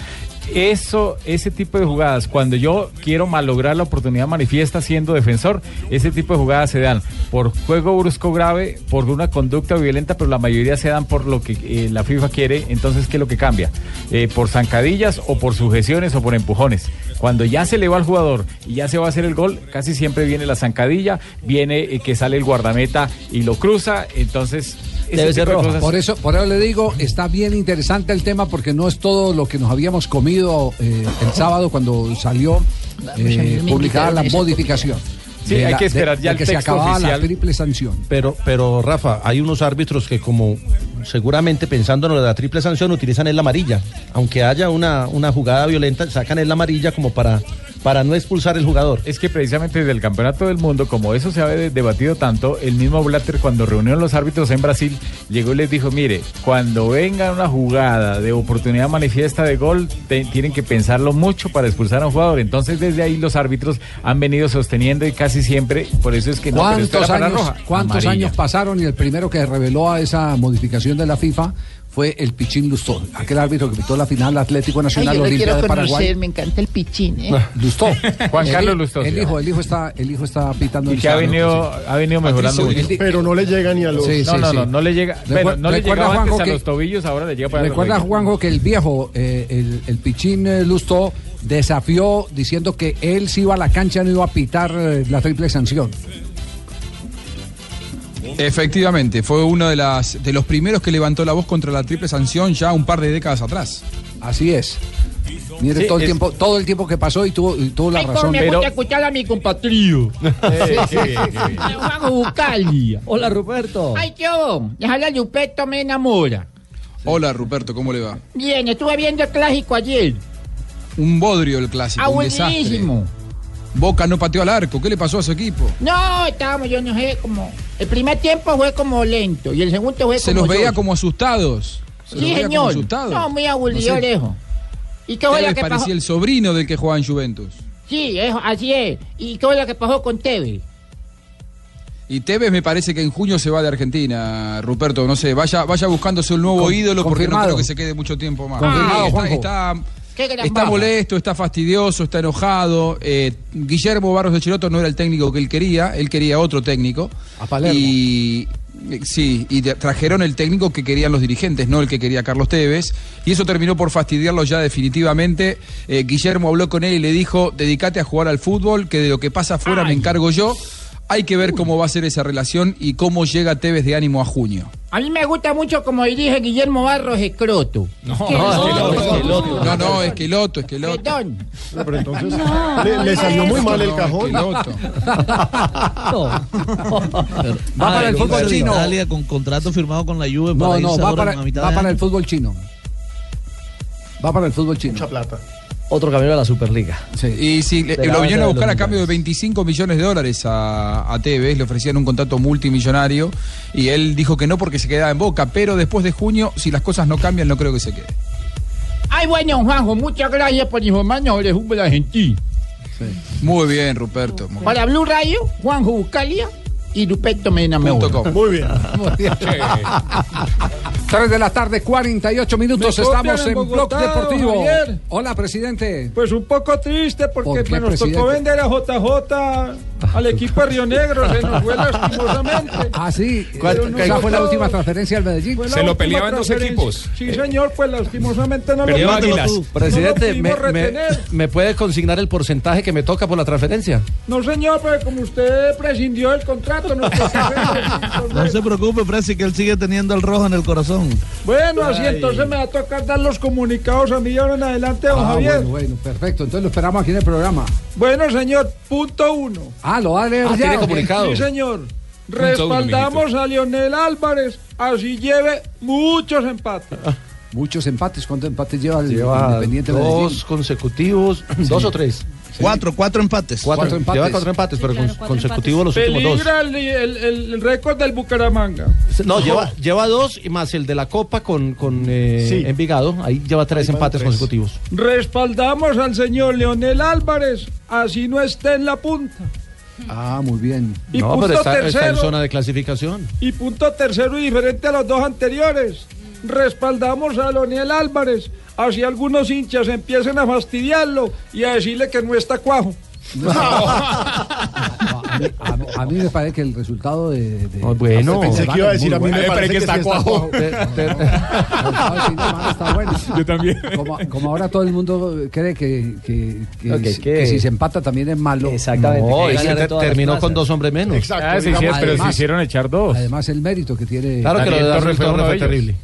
Speaker 2: Eso, ese tipo de jugadas, cuando yo quiero malograr la oportunidad manifiesta siendo defensor, ese tipo de jugadas se dan por juego brusco grave, por una conducta violenta, pero la mayoría se dan por lo que eh, la FIFA quiere. Entonces, ¿qué es lo que cambia? Eh, por zancadillas o por sujeciones o por empujones. Cuando ya se le va al jugador y ya se va a hacer el gol, casi siempre viene la zancadilla, viene eh, que sale el guardameta y lo cruza. Entonces, ese tipo de cosas-
Speaker 1: Por eso, por eso le digo, está bien interesante el tema porque no es todo lo que nos habíamos comido eh, el sábado cuando salió
Speaker 7: pues a mí
Speaker 1: eh,
Speaker 7: me
Speaker 1: publicada
Speaker 7: invitaron
Speaker 1: la
Speaker 7: a esa
Speaker 1: modificación.
Speaker 5: Sí,
Speaker 1: de
Speaker 5: hay
Speaker 1: la-
Speaker 5: que esperar
Speaker 1: de-
Speaker 5: ya
Speaker 1: de
Speaker 5: el
Speaker 1: que se
Speaker 5: texto
Speaker 1: acababa la
Speaker 5: oficial.
Speaker 1: triple sanción.
Speaker 5: Pero, pero Rafa, hay unos árbitros que como seguramente pensando en lo de la triple sanción utilizan el amarilla. Aunque haya una, una jugada violenta, sacan el amarilla como para, para no expulsar el jugador.
Speaker 2: Es que precisamente desde el Campeonato del Mundo, como eso se ha de- debatido tanto, el mismo Blatter cuando reunió a los árbitros en Brasil, llegó y les dijo, mire, cuando venga una jugada de oportunidad manifiesta de gol, te- tienen que pensarlo mucho para expulsar a un jugador. Entonces desde ahí los árbitros han venido sosteniendo y casi siempre, por eso es que no, pero esto
Speaker 1: ¿Cuántos,
Speaker 2: era para
Speaker 1: años,
Speaker 2: roja.
Speaker 1: cuántos
Speaker 2: Amarilla.
Speaker 1: años pasaron y el primero que reveló a esa modificación de la FIFA fue el Pichín Lustó, aquel árbitro que pitó la final Atlético
Speaker 13: Ay,
Speaker 1: Nacional
Speaker 13: yo lo
Speaker 1: Olimpia
Speaker 13: quiero
Speaker 1: de Paraguay.
Speaker 13: conocer, ¿eh? me encanta el pichín, ¿eh?
Speaker 1: Lustó.
Speaker 2: Juan
Speaker 1: El
Speaker 2: Carlos
Speaker 1: hi-
Speaker 2: Lustó,
Speaker 1: El
Speaker 2: sí.
Speaker 1: hijo, el hijo está, el hijo está pitando
Speaker 2: Y
Speaker 1: el
Speaker 2: que ha
Speaker 1: sábado,
Speaker 2: venido,
Speaker 1: sí.
Speaker 2: ha venido mejorando mucho.
Speaker 6: pero no le llega ni a los...
Speaker 1: Sí,
Speaker 2: no,
Speaker 1: sí,
Speaker 2: no,
Speaker 1: sí.
Speaker 2: no, no le llega.
Speaker 1: Recuer-
Speaker 2: Bueno, no le
Speaker 1: recuerda,
Speaker 2: llegaba antes
Speaker 1: Juanjo,
Speaker 2: a
Speaker 1: que-
Speaker 2: los tobillos, ahora le llega para los
Speaker 1: Recuerda,
Speaker 2: tobillos.
Speaker 1: Juanjo, que el viejo, eh, el, el pichín eh, Lustó, desafió diciendo que él si iba a la cancha no iba a pitar eh, la triple sanción.
Speaker 21: Efectivamente, fue uno de, las, de los primeros que levantó la voz contra la triple sanción ya un par de décadas atrás.
Speaker 1: Así es. Mire
Speaker 25: Sí,
Speaker 1: todo el
Speaker 25: es-
Speaker 1: tiempo, todo el tiempo que pasó y tuvo, y tuvo la
Speaker 13: Ay, cómo
Speaker 1: razón.
Speaker 13: me gusta escuchar a mi compatrio.
Speaker 1: qué bien, qué bien.
Speaker 13: Juan Bucali.
Speaker 9: Hola, Ruperto.
Speaker 13: Ay, yo. Ya habla Ruperto, me enamora.
Speaker 21: Hola, Ruperto, ¿cómo le va?
Speaker 13: Bien, estuve viendo el clásico ayer.
Speaker 21: Un bodrio el clásico,
Speaker 13: Ah,
Speaker 21: un desastre.
Speaker 13: buenísimo.
Speaker 21: Boca no pateó al arco, ¿qué le pasó a su equipo?
Speaker 13: No, estábamos, yo no sé, como... El primer tiempo fue como lento y el segundo fue
Speaker 21: Se
Speaker 13: como...
Speaker 21: los veía
Speaker 13: yo.
Speaker 21: como asustados. Se los
Speaker 13: Sí,
Speaker 21: veía como
Speaker 13: señor.
Speaker 21: asustados.
Speaker 13: No, muy
Speaker 21: No
Speaker 13: aburrido,
Speaker 21: sé.
Speaker 13: lejos. ¿Y qué fue
Speaker 21: Tevez
Speaker 13: lo que
Speaker 21: parecía
Speaker 13: pasó?
Speaker 21: el sobrino del que jugaba en Juventus.
Speaker 13: Sí, eso, así es. ¿Y qué fue lo que pasó con Tevez?
Speaker 21: Y Tevez me parece que en junio se va de Argentina, Ruperto. No sé, vaya, vaya buscándose un nuevo
Speaker 1: Con-
Speaker 21: ídolo porque no
Speaker 1: confirmado.
Speaker 21: creo que se quede mucho tiempo más.
Speaker 1: Confirmado,
Speaker 15: Ah,
Speaker 21: está,
Speaker 1: Juanjo.
Speaker 21: está-
Speaker 13: ¿Qué gran
Speaker 21: está
Speaker 13: baja?
Speaker 21: molesto, está fastidioso, está enojado. Eh, Guillermo Barros de Chiroto no era el técnico que él quería, él quería otro técnico.
Speaker 1: A Palermo.
Speaker 21: Y eh, sí, y de- trajeron el técnico que querían los dirigentes, no el que quería Carlos Tevez. Y eso terminó por fastidiarlo ya definitivamente. Eh, Guillermo habló con él y le dijo, dedícate a jugar al fútbol, que de lo que pasa afuera me encargo yo. Hay que ver cómo va a ser esa relación y cómo llega Tevez de ánimo a junio.
Speaker 13: A mí me gusta mucho como dirige Guillermo Barros Escroto.
Speaker 21: No,
Speaker 13: no,
Speaker 21: No, no, es que el otro, es que el otro.
Speaker 13: Perdón.
Speaker 6: Pero entonces le, le salió muy mal el cajón.
Speaker 1: Va para el fútbol chino.
Speaker 8: Ah, eh, Italia con contrato firmado con la Juve
Speaker 1: No,
Speaker 8: para
Speaker 1: no,
Speaker 8: irse
Speaker 1: va
Speaker 8: ahora
Speaker 1: para,
Speaker 8: a mitad
Speaker 1: va
Speaker 8: de
Speaker 1: para el
Speaker 8: año.
Speaker 1: fútbol chino. Va para el fútbol chino.
Speaker 6: Mucha plata.
Speaker 9: Otro camino a la Superliga.
Speaker 21: Y si le-
Speaker 9: De la
Speaker 21: lo
Speaker 9: base
Speaker 21: vinieron a
Speaker 9: de
Speaker 21: buscar
Speaker 9: los
Speaker 21: a cambio de 25 millones de dólares a, a Tevez, le ofrecían un contrato multimillonario y él dijo que no porque se quedaba en Boca, pero después de junio, si las cosas no cambian, no creo que se quede.
Speaker 13: Ay, bueno, Juanjo, muchas gracias por informarnos sobre el fútbol argentino.
Speaker 21: Muy bien, Ruperto. muy
Speaker 13: Para Blue Radio, Juanjo Buscalia y Ruperto Mena
Speaker 21: bien.
Speaker 13: Meo.
Speaker 21: Punto com.
Speaker 6: Muy bien.
Speaker 1: 3 de la tarde, 48 minutos.
Speaker 15: Me copian
Speaker 1: Estamos en
Speaker 15: en
Speaker 1: Blog
Speaker 15: Bogotá,
Speaker 1: Deportivo.
Speaker 15: don Javier.
Speaker 1: Hola, presidente.
Speaker 15: Pues un poco triste porque
Speaker 1: ¿Por qué,
Speaker 15: pues, nos tocó
Speaker 1: presidente?
Speaker 15: vender a JJ al equipo de Río Negro, se nos fue lastimosamente.
Speaker 1: Ah, sí.
Speaker 15: ¿Cuánto
Speaker 1: Esa
Speaker 15: cayó?
Speaker 1: fue la última transferencia al Medellín.
Speaker 15: Fue la última transferencia.
Speaker 5: Eh,
Speaker 15: Sí, señor, pues lastimosamente no lo
Speaker 5: Perdón,
Speaker 15: pudimos-
Speaker 5: tú.
Speaker 15: no lo
Speaker 5: Presidente, me,
Speaker 15: pudimos
Speaker 5: me-
Speaker 15: retener.
Speaker 5: ¿me puede consignar el porcentaje que me toca por la transferencia?
Speaker 15: No, señor, pero como usted prescindió del contrato, no puede hacer.
Speaker 8: No se preocupe, Presi, que él sigue teniendo el rojo en el corazón.
Speaker 15: Bueno, así
Speaker 8: Ay.
Speaker 15: entonces me va a tocar dar los comunicados a mí ahora en adelante, don
Speaker 1: Ah,
Speaker 15: Javier.
Speaker 1: bueno, bueno, perfecto. Entonces lo esperamos aquí en el programa.
Speaker 15: Bueno, señor, punto uno.
Speaker 1: Ah, lo va a leer
Speaker 15: Ah,
Speaker 1: ya.
Speaker 15: tiene
Speaker 1: ¿o qué?
Speaker 15: comunicado. Sí, señor.
Speaker 1: uno,
Speaker 15: Respaldamos a Lionel Álvarez, así lleve muchos empates.
Speaker 1: Muchos empates. ¿Cuántos empates lleva el
Speaker 5: Lleva
Speaker 1: Independiente Medellín?
Speaker 5: dos consecutivos, dos o tres.
Speaker 8: Cuatro, cuatro empates.
Speaker 5: Cuatro,
Speaker 1: Cuatro empates.
Speaker 5: Lleva cuatro empates, pero cons- consecutivos los últimos dos.
Speaker 15: Peligra el, el- el récord del Bucaramanga.
Speaker 5: No, lleva, lleva dos y más el de la Copa con, con eh,
Speaker 15: Sí.
Speaker 5: Envigado. Ahí lleva tres empates consecutivos.
Speaker 15: Respaldamos al señor Leonel Álvarez, así no esté en la punta.
Speaker 1: Ah, muy bien.
Speaker 15: Y
Speaker 5: no,
Speaker 15: punto
Speaker 5: pero está, está en
Speaker 15: tercero.
Speaker 5: zona de clasificación.
Speaker 15: Y punto tercero y diferente a los dos anteriores. Respaldamos a Leonel Álvarez. Así algunos hinchas empiecen a fastidiarlo y a decirle que no está cuajo.
Speaker 1: A mí, a- a mí me parece que el resultado de. de-
Speaker 5: No, bueno.
Speaker 1: de
Speaker 5: Pensé
Speaker 1: Vaca es muy bueno. No, sí, no, no, está bueno.
Speaker 5: Yo también.
Speaker 1: Como, como ahora todo el mundo cree que, que- que
Speaker 9: Ok,
Speaker 1: si-
Speaker 9: que-
Speaker 1: que si se empata también es malo.
Speaker 9: Exactamente,
Speaker 5: No,
Speaker 9: que
Speaker 5: es que
Speaker 9: ganan en
Speaker 5: ter-
Speaker 9: todas las
Speaker 5: terminó con
Speaker 9: plazas.
Speaker 5: dos hombres menos.
Speaker 6: Exacto.
Speaker 25: Ah, sí, sí,
Speaker 1: digamos,
Speaker 25: pero se
Speaker 1: además.
Speaker 25: hicieron echar dos.
Speaker 1: Además, el mérito que tiene.
Speaker 5: Claro que lo de
Speaker 25: Daniel
Speaker 5: Darwin
Speaker 25: Torres fue
Speaker 5: Torres
Speaker 25: uno
Speaker 5: fue
Speaker 25: de ellos.
Speaker 5: terrible.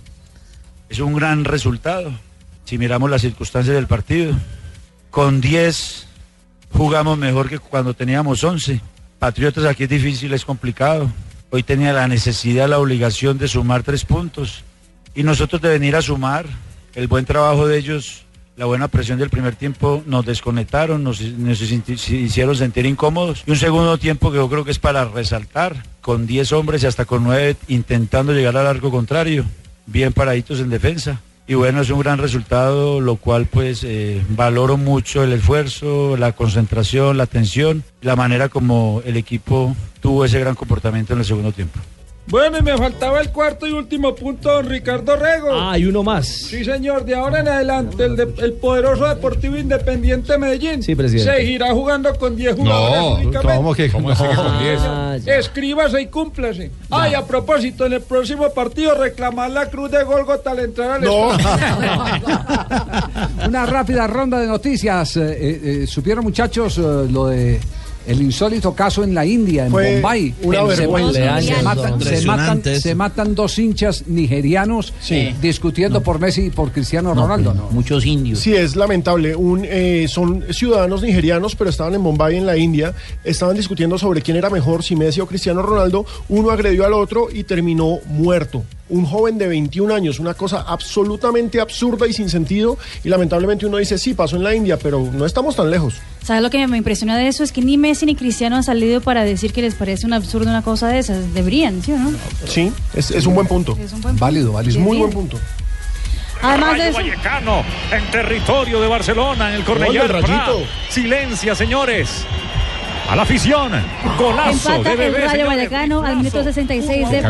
Speaker 17: Es un gran resultado. Si miramos las circunstancias del partido, con 10 jugamos mejor que cuando teníamos 11. Patriotas aquí es difícil, es complicado. Hoy tenía la necesidad, la obligación de sumar tres puntos. Y nosotros de venir a sumar, el buen trabajo de ellos, la buena presión del primer tiempo, nos desconectaron, nos, nos sinti- se hicieron sentir incómodos. Y un segundo tiempo que yo creo que es para resaltar, con 10 hombres y hasta con 9 intentando llegar al arco contrario, bien paraditos en defensa. Y bueno, es un gran resultado, lo cual pues eh, valoro mucho el esfuerzo, la concentración, la atención, la manera como el equipo tuvo ese gran comportamiento en el segundo tiempo.
Speaker 15: Bueno, y me faltaba el cuarto y último punto, don Ricardo Rego.
Speaker 9: Ah, hay uno más.
Speaker 15: Sí, señor, de ahora en adelante, el, de- el poderoso Deportivo Independiente Medellín
Speaker 9: Sí, presidente.
Speaker 15: seguirá jugando con 10 jugadores. únicamente.
Speaker 5: ¿cómo que? ¿Cómo que con diez?
Speaker 9: Ah, ya.
Speaker 15: Escríbase y cúmplase. Ay, a propósito, en el próximo partido reclamar la cruz de Golgota al entrar al
Speaker 6: No.
Speaker 15: estadio.
Speaker 1: Una rápida ronda de noticias. Eh, eh, eh, ¿Supieron, muchachos, eh, lo de El insólito caso en la India, en
Speaker 6: Fue
Speaker 1: Bombay.
Speaker 6: una
Speaker 1: se,
Speaker 6: vergüenza.
Speaker 1: matan- se
Speaker 6: Cumpleaños, don.
Speaker 1: matan, se matan,
Speaker 6: Impresionante
Speaker 1: se
Speaker 6: eso.
Speaker 1: matan dos hinchas nigerianos eh, discutiendo por Messi y por Cristiano Ronaldo. ¿no?
Speaker 6: pues, Muchos indios. Sí, es lamentable. Un, eh, son ciudadanos nigerianos, pero estaban en Bombay, en la India. Estaban discutiendo sobre quién era mejor, si Messi o Cristiano Ronaldo. Uno agredió al otro y terminó muerto. Un joven de 21 años, una cosa absolutamente absurda y sin sentido. Y lamentablemente uno dice, sí, pasó en la India, pero no estamos tan lejos.
Speaker 4: ¿Sabes lo que me impresiona de eso? Es que ni Messi ni Cristiano han salido para decir que les parece un absurdo una cosa de esas. Deberían, ¿sí o no?
Speaker 6: Sí, es, es un buen punto.
Speaker 4: Es un buen
Speaker 1: Válido, válido.
Speaker 6: muy buen punto.
Speaker 4: Además de
Speaker 17: Rayo
Speaker 4: eso,
Speaker 17: Vallecano en territorio de Barcelona, en el Cornellà.
Speaker 6: Gol del
Speaker 17: Prat.
Speaker 6: Rayito.
Speaker 17: Silencia, señores. A la afición. Golazo
Speaker 4: empata
Speaker 17: de
Speaker 4: el
Speaker 17: bebé,
Speaker 4: Rayo
Speaker 17: señores.
Speaker 4: Vallecano al minuto 66 de
Speaker 17: Camiseta.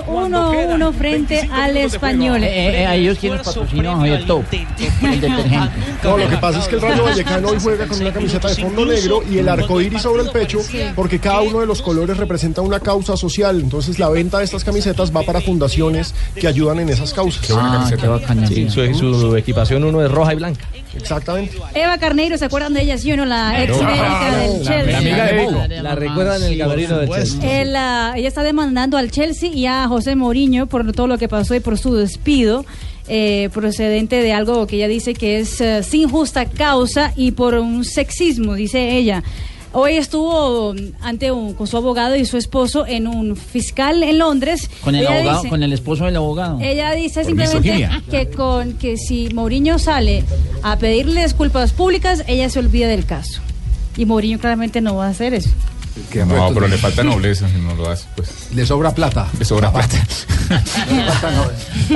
Speaker 4: partido 1-1 frente al español.
Speaker 12: Eh, eh, a ellos quienes patrocinan Javier Top, el detergente.
Speaker 6: No, lo que pasa es que el Rayo Vallecano hoy juega con una camiseta de fondo negro y el arco iris sobre el pecho, porque cada uno de los colores representa una causa social. Entonces, la venta de estas camisetas va para fundaciones que ayudan en esas causas. Ah,
Speaker 7: Ah, Sí, su, su equipación uno es roja y blanca.
Speaker 6: Exactamente.
Speaker 4: Eva Carneiro, ¿se acuerdan de ella? Sí o no, la ex
Speaker 7: Claro.
Speaker 4: médica del
Speaker 7: La- la
Speaker 4: Chelsea.
Speaker 7: amiga de Bo.
Speaker 4: La
Speaker 7: eh, La recuerdan en el camerino del Chelsea.
Speaker 4: Él, ah, ella está demandando al Chelsea y a José Mourinho por todo lo que pasó y por su despido eh, procedente de algo que ella dice que es eh, sin justa causa y por un sexismo, dice ella. Hoy estuvo mm, ante un- con su abogado y su esposo en un fiscal en Londres.
Speaker 12: Con el
Speaker 4: Ella
Speaker 12: abogado,
Speaker 4: dice-
Speaker 12: con el esposo del abogado.
Speaker 13: Eh,
Speaker 4: ella dice
Speaker 12: Por
Speaker 4: simplemente
Speaker 12: misoginia.
Speaker 4: que con que si Mourinho sale a pedirle disculpas públicas, ella se olvida del caso. Y Mourinho claramente no va a hacer eso.
Speaker 14: No, pero le falta nobleza si no lo hace, pues.
Speaker 1: Le sobra plata.
Speaker 14: Le sobra plata.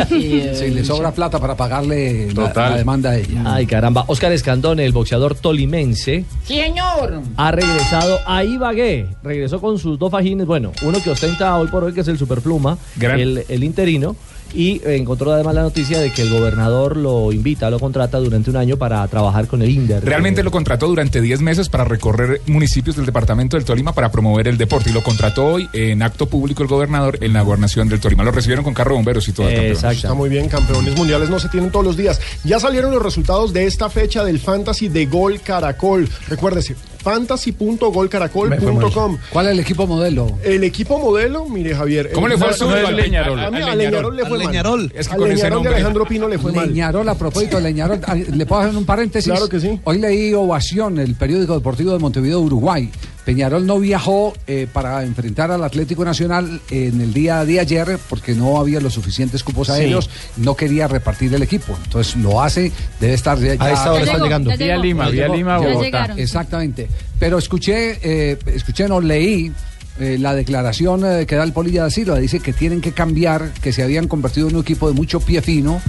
Speaker 1: Sí, le sobra plata para pagarle la, la demanda a ella.
Speaker 7: Ay, caramba. Oscar Escandone, el boxeador tolimense,
Speaker 12: Señor.
Speaker 7: ha regresado a Ibagué. Regresó con sus dos fajines. Bueno, uno que ostenta hoy por hoy, que es el Superpluma,
Speaker 12: Gran-
Speaker 7: el, el interino. Y eh, encontró además la noticia de que el gobernador lo invita, lo contrata durante un año para trabajar con el INDER.
Speaker 14: Realmente lo contrató durante 10 meses para recorrer municipios del departamento del Tolima para promover el deporte. Y lo contrató hoy en acto público el gobernador en la gobernación del Tolima. Lo recibieron con carro de bomberos y todo.
Speaker 6: Está muy bien, campeones mundiales no se tienen todos los días. Ya salieron los resultados de esta fecha del Fantasy de Gol Caracol. Recuérdese, fantasy.golcaracol.com.
Speaker 1: ¿Cuál es el equipo modelo?
Speaker 6: El equipo modelo, mire Javier.
Speaker 1: ¿Cómo le fue al
Speaker 6: No,
Speaker 1: suyo,
Speaker 6: no,
Speaker 1: al
Speaker 6: a-
Speaker 1: Peñarol?
Speaker 6: A, mí
Speaker 1: Al
Speaker 6: a Leñarol le fue mal.
Speaker 1: Al Leñarol.
Speaker 6: Al Leñarol de Alejandro Pino le fue mal.
Speaker 1: Leñarol, a propósito, Leñarol, ah, ¿le puedo hacer un paréntesis?
Speaker 6: Claro que sí.
Speaker 1: Hoy leí Ovación, el periódico deportivo de Montevideo, Uruguay. Peñarol no viajó eh, para enfrentar al Atlético Nacional en el día de ayer porque no había los suficientes cupos
Speaker 5: Sí.
Speaker 1: aéreos, no quería repartir el equipo. Entonces lo hace, debe estar ya.
Speaker 5: A esta hora Ya están llegó, llegando. ya
Speaker 1: Vía
Speaker 5: llegó.
Speaker 1: Lima,
Speaker 5: Ya
Speaker 1: vía
Speaker 5: llegó,
Speaker 1: Lima,
Speaker 5: ya
Speaker 1: Bogotá.
Speaker 5: llegaron.
Speaker 1: Exactamente. Pero escuché, eh, escuché, no leí eh, la declaración eh, que da el Polilla de Silva. Dice que tienen que cambiar, que se habían convertido en un equipo de mucho pie fino,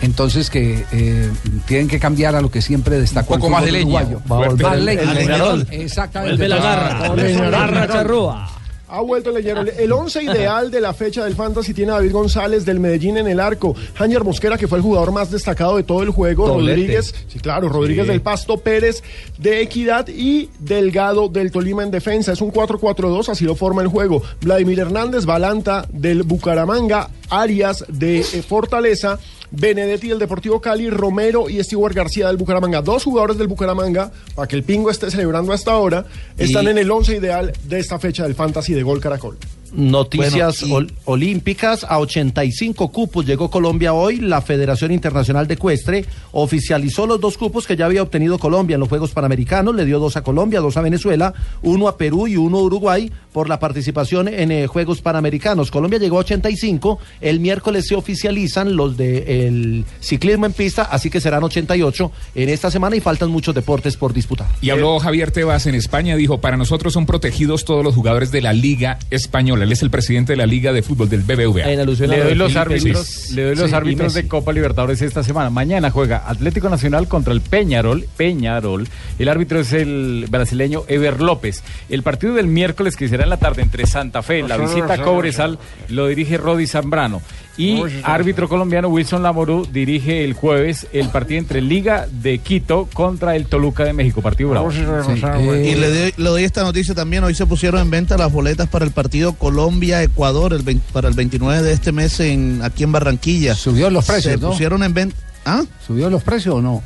Speaker 1: entonces que eh, tienen que cambiar a lo que siempre destacó
Speaker 21: poco
Speaker 1: el
Speaker 21: más de
Speaker 1: fútbol
Speaker 21: leña.
Speaker 1: uruguayo.
Speaker 21: Va a volver
Speaker 1: Más
Speaker 21: el-
Speaker 1: leña.
Speaker 21: el Leñarol.
Speaker 1: Exactamente.
Speaker 7: Vuelve la garra.
Speaker 1: Ah,
Speaker 7: Leñarol. Garra charrúa.
Speaker 6: Ha vuelto el Leñarol. El 11 ideal de la fecha del Fantasy tiene a David González del Medellín en el arco. Janger Mosquera, que fue el jugador más destacado de todo el juego.
Speaker 7: Doblete.
Speaker 6: Rodríguez, sí, claro, Rodríguez
Speaker 7: Sí.
Speaker 6: del Pasto, Pérez de Equidad y Delgado del Tolima en defensa. Es un 4-4-2, así lo forma el juego. Vladimir Hernández, Balanta del Bucaramanga, Arias de eh, Fortaleza. Benedetti del Deportivo Cali, Romero y Stewart García del Bucaramanga. Dos jugadores del Bucaramanga, para que el pingo esté celebrando hasta ahora, están en el 11 ideal de esta fecha del Fantasy de Gol Caracol.
Speaker 5: Noticias
Speaker 6: Bueno,
Speaker 5: ol- olímpicas, a 85 cupos llegó Colombia hoy, la Federación Internacional de Ecuestre oficializó los dos cupos que ya había obtenido Colombia en los Juegos Panamericanos, le dio dos a Colombia, dos a Venezuela, uno a Perú y uno a Uruguay por la participación en eh, Juegos Panamericanos. Colombia llegó a 85, el miércoles se oficializan los del ciclismo en pista, así que serán 88 en esta semana y faltan muchos deportes por disputar.
Speaker 14: Y habló Javier Tebas en España, dijo, para nosotros son protegidos todos los jugadores de la Liga Española. Él es el presidente de la Liga de Fútbol del BBVA.
Speaker 7: En alusión a
Speaker 2: Le
Speaker 7: lo
Speaker 2: doy
Speaker 7: de
Speaker 2: los
Speaker 7: Felipe
Speaker 2: árbitros,
Speaker 7: Luis.
Speaker 2: le doy los
Speaker 7: Sí, y
Speaker 2: árbitros
Speaker 7: Messi.
Speaker 2: de Copa Libertadores esta semana. Mañana juega Atlético Nacional contra el Peñarol. Peñarol. El árbitro es el brasileño Ever López. El partido del miércoles que será en la tarde entre Santa Fe, la visita a Cobresal, lo dirige Rodi Zambrano. Y árbitro colombiano Wilson Lamorú dirige el jueves el partido entre Liga de Quito contra el Toluca de México. Partido bravo.
Speaker 1: eh,
Speaker 8: Y le doy, le doy esta noticia también. Hoy se pusieron en venta las boletas para el partido Colombia-Ecuador el 20 para el 29 de este mes en, aquí en Barranquilla.
Speaker 1: Subió los precios,
Speaker 8: Se
Speaker 1: ¿no?
Speaker 8: pusieron en venta. ¿Ah?
Speaker 1: ¿Subió los precios o no?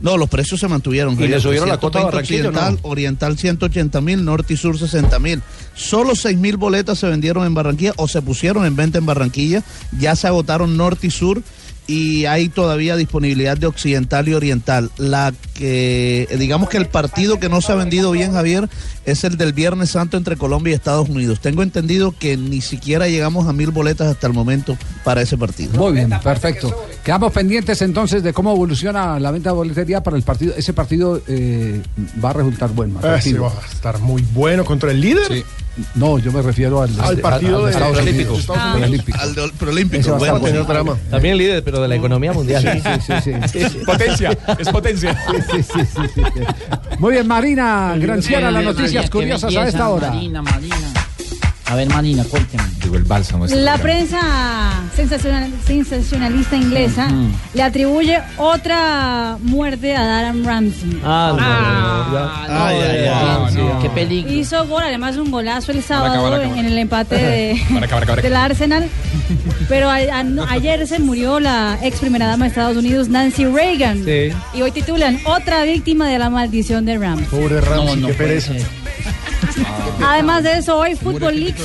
Speaker 8: No, los precios se mantuvieron.
Speaker 5: Y
Speaker 8: Javier,
Speaker 5: le subieron la
Speaker 8: 320
Speaker 5: cuota a Barranquilla,
Speaker 8: Occidental,
Speaker 5: ¿no?
Speaker 8: Oriental 180 mil, Norte y Sur 60 mil. Solo 6 mil boletas se vendieron en Barranquilla o se pusieron en venta en Barranquilla. Ya se agotaron Norte y Sur y hay todavía disponibilidad de Occidental y Oriental. La que, digamos que el partido que no se ha vendido bien, Javier, es el del Viernes Santo entre Colombia y Estados Unidos. Tengo entendido que ni siquiera llegamos a mil boletas hasta el momento para ese partido.
Speaker 1: Muy bien, perfecto. Quedamos pendientes entonces de cómo evoluciona la venta de boletería para el partido. Ese partido eh, va a resultar bueno.
Speaker 6: Ese
Speaker 1: atractivo.
Speaker 6: Ah, va a estar muy bueno contra el líder.
Speaker 1: No, yo me refiero al,
Speaker 6: Al partido de-
Speaker 1: Estados
Speaker 6: Olímpico.
Speaker 1: Unidos.
Speaker 6: Ah.
Speaker 1: Olímpico.
Speaker 8: Al de- preolímpico.
Speaker 1: Ese va a
Speaker 8: Bueno,
Speaker 1: estar
Speaker 8: pues,
Speaker 1: bueno.
Speaker 7: También líder, pero de la economía mundial.
Speaker 1: Sí, sí, sí.
Speaker 14: Potencia, es potencia.
Speaker 1: Muy bien, Marina, gran cierra las
Speaker 9: María,
Speaker 1: noticias
Speaker 9: qué
Speaker 1: curiosas a
Speaker 9: belleza,
Speaker 1: esta hora.
Speaker 9: Marina, Marina. A ver, Marina, cuénteme.
Speaker 14: Digo, el bálsamo. este
Speaker 4: La
Speaker 14: programa.
Speaker 4: prensa sensacional- sensacionalista inglesa
Speaker 14: Ujú.
Speaker 4: le atribuye otra muerte a Adam Ramsey.
Speaker 9: Ay, ay, ay. Qué peligro.
Speaker 4: Hizo gol, además un golazo el
Speaker 9: Para acá,
Speaker 4: sábado
Speaker 9: para acá, para
Speaker 4: en el empate de,
Speaker 9: Para acá, para acá, para acá.
Speaker 4: del Arsenal. Pero a- a- no- ayer se murió la ex primera dama de Estados Unidos, Nancy Reagan.
Speaker 7: Sí.
Speaker 4: Y hoy titulan Otra víctima de la maldición de Ramsey.
Speaker 6: Pobre Ramsey, qué pereza.
Speaker 4: Además de eso, hoy Football Leaks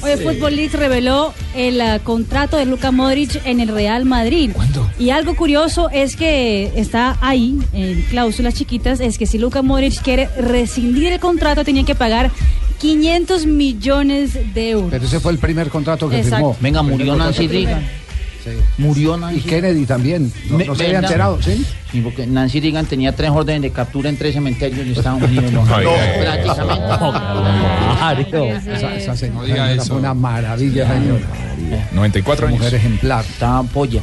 Speaker 4: Hoy el
Speaker 6: Sí.
Speaker 4: Football League reveló el ah, contrato de Luka Modric en el Real Madrid. Y algo curioso es que está ahí, en cláusulas chiquitas, es que si Luka Modric quiere rescindir el contrato, tenía que pagar 500 millones de euros.
Speaker 1: Pero ese fue el primer contrato que
Speaker 4: Exacto.
Speaker 1: firmó. Pues,
Speaker 9: Venga, murió
Speaker 1: Primer
Speaker 9: Nancy
Speaker 1: contrato.
Speaker 9: Reagan.
Speaker 1: Murió Nancy. Y Kennedy también. No, no se había enterado, ¿sí?
Speaker 9: Sí, porque Nancy Reagan tenía tres órdenes de captura en tres cementerios de Estados Unidos. ¿no?
Speaker 1: Ay,
Speaker 9: No,
Speaker 1: ay,
Speaker 9: prácticamente.
Speaker 1: Esa, esa señora
Speaker 9: No diga
Speaker 1: era
Speaker 9: eso.
Speaker 1: una maravilla, señora.
Speaker 14: 94 años.
Speaker 1: Mujer ejemplar.
Speaker 9: Estaba polla.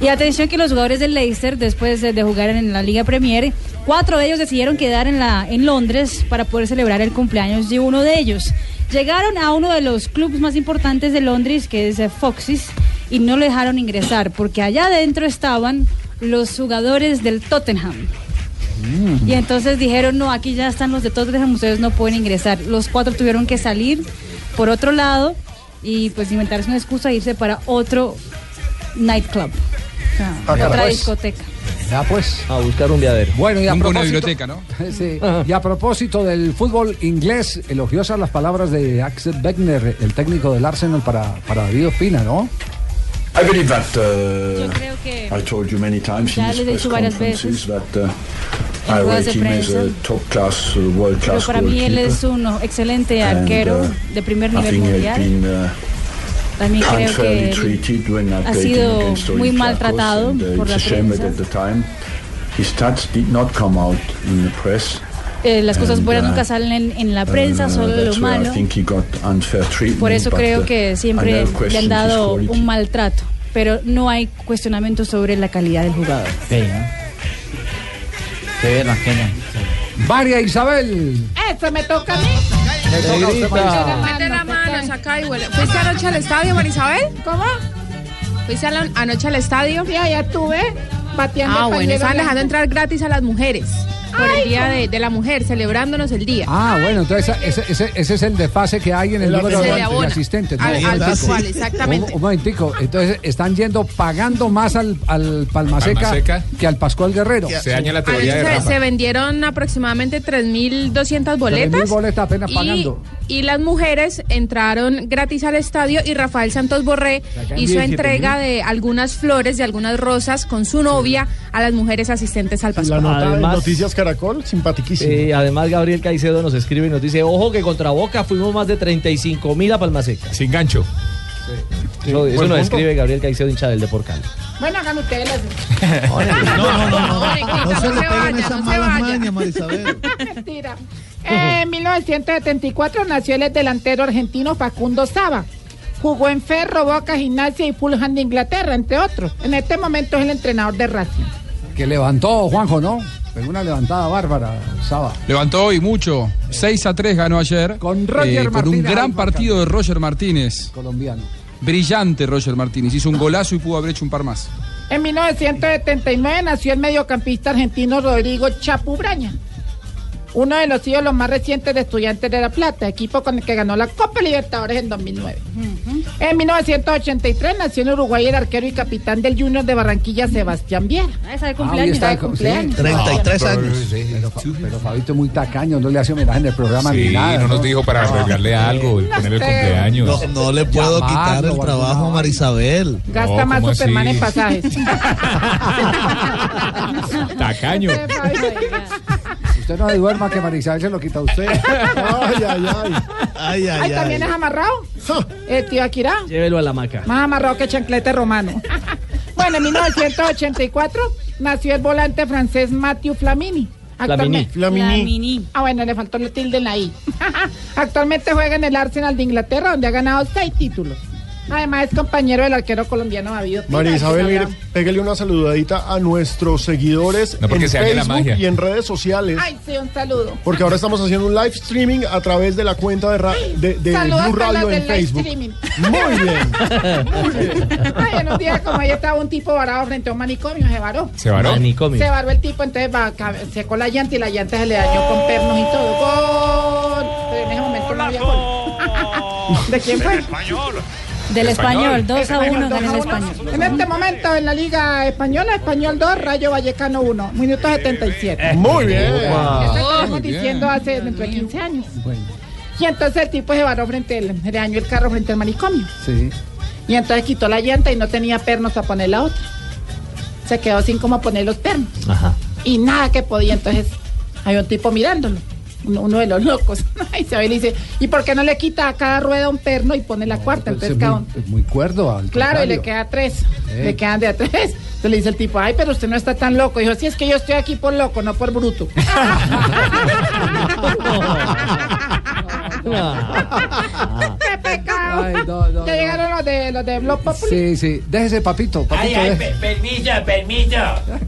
Speaker 4: Y atención que los jugadores del Leicester, después de, de jugar en la Liga Premier, cuatro de ellos decidieron quedar en, la, en Londres para poder celebrar el cumpleaños de uno de ellos. Llegaron a uno de los clubes más importantes de Londres, que es eh, Foxes, y no lo dejaron ingresar, porque allá adentro estaban los jugadores del Tottenham. Y entonces dijeron, no, aquí ya están los de Tottenham, ustedes no pueden ingresar. Los cuatro tuvieron que salir por otro lado y pues inventarse una excusa e irse para otro nightclub. O sea,
Speaker 1: Ah,
Speaker 4: otra
Speaker 1: caramba.
Speaker 4: discoteca.
Speaker 1: Ya pues.
Speaker 7: A buscar un viadero.
Speaker 1: Bueno, y a
Speaker 7: Ninguna
Speaker 1: propósito,
Speaker 7: biblioteca, ¿no?
Speaker 1: Sí. Y a propósito del fútbol inglés, elogiosas las palabras de Axel Beckner, el técnico del Arsenal para, para David Ospina, ¿no?
Speaker 23: I believe that
Speaker 4: Yo
Speaker 23: uh,
Speaker 4: creo que
Speaker 23: I told you many times in
Speaker 4: Ya
Speaker 23: these
Speaker 4: lo he
Speaker 23: press
Speaker 4: dicho varias
Speaker 23: conferences that uh,
Speaker 4: En
Speaker 23: I
Speaker 4: ruedas
Speaker 23: rate
Speaker 4: de
Speaker 23: him as a
Speaker 4: prensa.
Speaker 23: top class, uh, world
Speaker 4: pero
Speaker 23: class
Speaker 4: para mí él es
Speaker 23: goalkeeper.
Speaker 4: un excelente
Speaker 23: And,
Speaker 4: arquero
Speaker 23: uh,
Speaker 4: de primer
Speaker 23: I
Speaker 4: nivel
Speaker 23: think he had
Speaker 4: mundial.
Speaker 23: been uh,
Speaker 4: También creo que
Speaker 23: unfairly
Speaker 4: él
Speaker 23: treated when I
Speaker 4: ha
Speaker 23: played him
Speaker 4: sido
Speaker 23: against
Speaker 4: muy maltratado
Speaker 23: Olympiacos. And, uh,
Speaker 4: por
Speaker 23: it's
Speaker 4: la
Speaker 23: a shame that
Speaker 4: prensa.
Speaker 23: at the time his stats did not come out in the press.
Speaker 4: eh, las cosas
Speaker 23: And,
Speaker 4: buenas
Speaker 23: uh,
Speaker 4: nunca salen en, en la
Speaker 23: and,
Speaker 4: prensa,
Speaker 23: uh,
Speaker 4: solo lo
Speaker 23: that's where I
Speaker 4: malo.
Speaker 23: think he got unfair treatment,
Speaker 4: Por eso
Speaker 23: but,
Speaker 4: creo
Speaker 23: uh,
Speaker 4: que
Speaker 23: I
Speaker 4: siempre
Speaker 23: never
Speaker 4: le han
Speaker 23: questioned his
Speaker 4: dado
Speaker 23: quality.
Speaker 4: un maltrato, pero no hay cuestionamiento sobre la calidad del jugador.
Speaker 9: Qué berraquera.
Speaker 1: María Isabel.
Speaker 13: Esto me toca a mí.
Speaker 1: toca a usted, María Isabel.
Speaker 22: Mete la mano, saca y vuelve. ¿Fuiste anoche al estadio, Marisabel? ¿Cómo? ¿Fuiste a la- anoche al estadio? Sí, allá estuve
Speaker 13: pateando
Speaker 22: Ah,
Speaker 13: el
Speaker 22: bueno,
Speaker 13: pañuelo
Speaker 22: estaban
Speaker 13: blanco.
Speaker 22: dejando entrar gratis a las mujeres por
Speaker 13: Ay,
Speaker 22: el Día
Speaker 13: cómo.
Speaker 22: de, de la Mujer, celebrándonos el día.
Speaker 1: Ah, bueno, entonces ese, ese- ese es el desfase que hay en el,
Speaker 22: El
Speaker 1: número
Speaker 22: se
Speaker 1: de,
Speaker 22: le
Speaker 1: de
Speaker 22: abona
Speaker 1: asistentes.
Speaker 22: al- al
Speaker 1: Un-
Speaker 22: virtual, exactamente.
Speaker 1: Un, un momentico, entonces están yendo pagando más al, al Palmaseca,
Speaker 14: Palmaseca.
Speaker 1: que al Pascual Guerrero.
Speaker 14: Se daña la teoría de
Speaker 22: Anoche se,
Speaker 14: Rafa.
Speaker 22: se vendieron aproximadamente 3.200 boletas.
Speaker 1: 3.000 boletas apenas
Speaker 22: y,
Speaker 1: pagando.
Speaker 22: Y las mujeres entraron gratis al estadio y Rafael Santos Borré
Speaker 18: acá en
Speaker 22: hizo
Speaker 18: 17.000.
Speaker 22: entrega de algunas flores, de algunas rosas con su novia a las mujeres asistentes al
Speaker 6: La
Speaker 22: Pascual.
Speaker 6: nota de
Speaker 7: Además-
Speaker 6: Noticias Caracol, simpatiquísimo.
Speaker 7: Sí, además Gabriel Caicedo nos escribe y nos dice, ojo que contra Boca fuimos más de 35 mil a Palmaseca.
Speaker 14: Sin gancho.
Speaker 7: Eso, eso
Speaker 14: Buen
Speaker 7: nos
Speaker 14: punto.
Speaker 7: escribe Gabriel Caicedo, hincha del Deporcal.
Speaker 13: Bueno, hagan ustedes las...
Speaker 8: No, no, no, no.
Speaker 13: Negrita,
Speaker 8: No se
Speaker 13: no
Speaker 8: le
Speaker 13: se
Speaker 8: peguen
Speaker 13: vaya,
Speaker 8: esas
Speaker 13: no se
Speaker 8: malas
Speaker 13: vaya.
Speaker 8: mañas, Marisabel.
Speaker 13: Mentira. Eh, en 1974 nació el delantero argentino Facundo Saba. Jugó en Ferro, Boca, Gimnasia y Fulham de Inglaterra, entre otros. En este momento es el entrenador de Racing.
Speaker 1: Que levantó Juanjo, ¿no? Pero una levantada bárbara, Saba.
Speaker 21: Levantó y mucho. 6 a 3 ganó ayer. Con Con
Speaker 1: Roger
Speaker 21: un
Speaker 1: Martínez ahí
Speaker 21: gran
Speaker 1: marcando.
Speaker 21: partido de Roger Martínez.
Speaker 1: Colombiano.
Speaker 21: Brillante Roger Martínez. Hizo un golazo y pudo haber hecho un par más.
Speaker 13: En 1979 nació el mediocampista argentino Rodrigo Chapubraña. uno de los ídolos más recientes de Estudiantes de La Plata, equipo con el que ganó la Copa Libertadores en 2009. En 1983 nació en Uruguay el arquero y capitán del Junior de Barranquilla, Sebastián Viera.
Speaker 26: Esa de
Speaker 1: Ah, hoy
Speaker 13: cumpleaños.
Speaker 1: está de
Speaker 13: Está de
Speaker 1: cu- sí,
Speaker 13: cumpleaños.
Speaker 1: no, pero- sí, Pero, Fa- pero Fabito es muy tacaño, no le hace homenaje en el programa
Speaker 14: Sí,
Speaker 1: ni nada.
Speaker 14: no nos dijo para arreglarle algo y ponerle el cumpleaños.
Speaker 8: No, no le puedo quitar el trabajo a Marisabel.
Speaker 13: Gasta más Superman en pasajes.
Speaker 14: Tacaño.
Speaker 1: Usted no se duerma que Marisabel se lo quita a usted.
Speaker 6: Ay, ay, ay.
Speaker 8: Ay,
Speaker 13: Ay, también es amarrado.
Speaker 1: Ah.
Speaker 13: Eh, tío Akira.
Speaker 7: Llévelo a la maca.
Speaker 13: Más amarrado que chanclete romano. bueno, en 1984 nació el volante francés Mathieu Flamini. Actualmente-
Speaker 26: Flamini. Flamini.
Speaker 13: Ah, bueno, le faltó la tilde en la I. Actualmente juega en el Arsenal de Inglaterra, donde ha ganado seis títulos. Además, es compañero del arquero colombiano David Ospina,
Speaker 6: María
Speaker 13: del que
Speaker 6: Isabel, mire,
Speaker 13: hablamos.
Speaker 6: pégale una saludadita a nuestros seguidores
Speaker 14: No, porque
Speaker 6: en
Speaker 14: se daña la
Speaker 6: Facebook
Speaker 14: magia.
Speaker 6: y en redes sociales.
Speaker 13: Ay, sí, un saludo.
Speaker 6: Porque ahora estamos haciendo un live streaming a través de la cuenta de, ra- de, de
Speaker 13: Saludos a
Speaker 6: Blue
Speaker 13: los
Speaker 6: Radio en
Speaker 13: del live
Speaker 6: Facebook.
Speaker 13: streaming.
Speaker 6: Muy bien.
Speaker 13: Ay, en un día como ahí estaba un tipo varado frente a un manicomio, se varó.
Speaker 14: Se varó. Manicomio.
Speaker 13: Se varó el tipo, entonces va- ca- secó la llanta y la llanta se le dañó con pernos y todo. ¡Gol! Pero en ese momento no había gol. ¿De quién fue?
Speaker 26: Del español, 2 a 1
Speaker 13: Dos
Speaker 26: gana el
Speaker 13: a uno.
Speaker 26: español.
Speaker 13: En este momento en la Liga Española, Español 2, Rayo Vallecano 1, minuto 77.
Speaker 6: Eh, Muy bien.
Speaker 13: Eso
Speaker 6: Muy
Speaker 13: estamos
Speaker 6: bien.
Speaker 13: diciendo hace dentro de 15 años. Y entonces el tipo se varó frente al, se le dañó el carro frente al manicomio.
Speaker 1: Sí.
Speaker 13: Y entonces quitó la llanta y no tenía pernos para poner la otra. Se quedó sin cómo poner los pernos.
Speaker 7: Ajá.
Speaker 13: Y nada que podía. Entonces hay un tipo mirándolo. Uno, uno de los locos. y se ve y le dice, ¿y por qué no le quita a cada rueda un perno y pone la cuarta? Entonces
Speaker 1: Pues Es
Speaker 13: cada
Speaker 1: muy,
Speaker 13: uno-
Speaker 1: es muy cuerdo. al
Speaker 13: Claro, y le
Speaker 1: contrario.
Speaker 13: queda tres.
Speaker 1: Eh.
Speaker 13: Le quedan de a tres. Entonces le dice el tipo, ay, pero usted no está tan loco. Dijo, sí, es que yo estoy aquí por loco, no por bruto.
Speaker 1: Ah.
Speaker 13: ¡Qué pecado!
Speaker 1: Ay, no, no,
Speaker 13: ya
Speaker 1: no.
Speaker 13: llegaron los de, los de Blog
Speaker 1: Sí,
Speaker 13: Populi.
Speaker 1: sí. Déjese, papito.
Speaker 27: Ay,
Speaker 1: papito
Speaker 27: ay,
Speaker 1: déjese.
Speaker 27: per- permiso, permiso.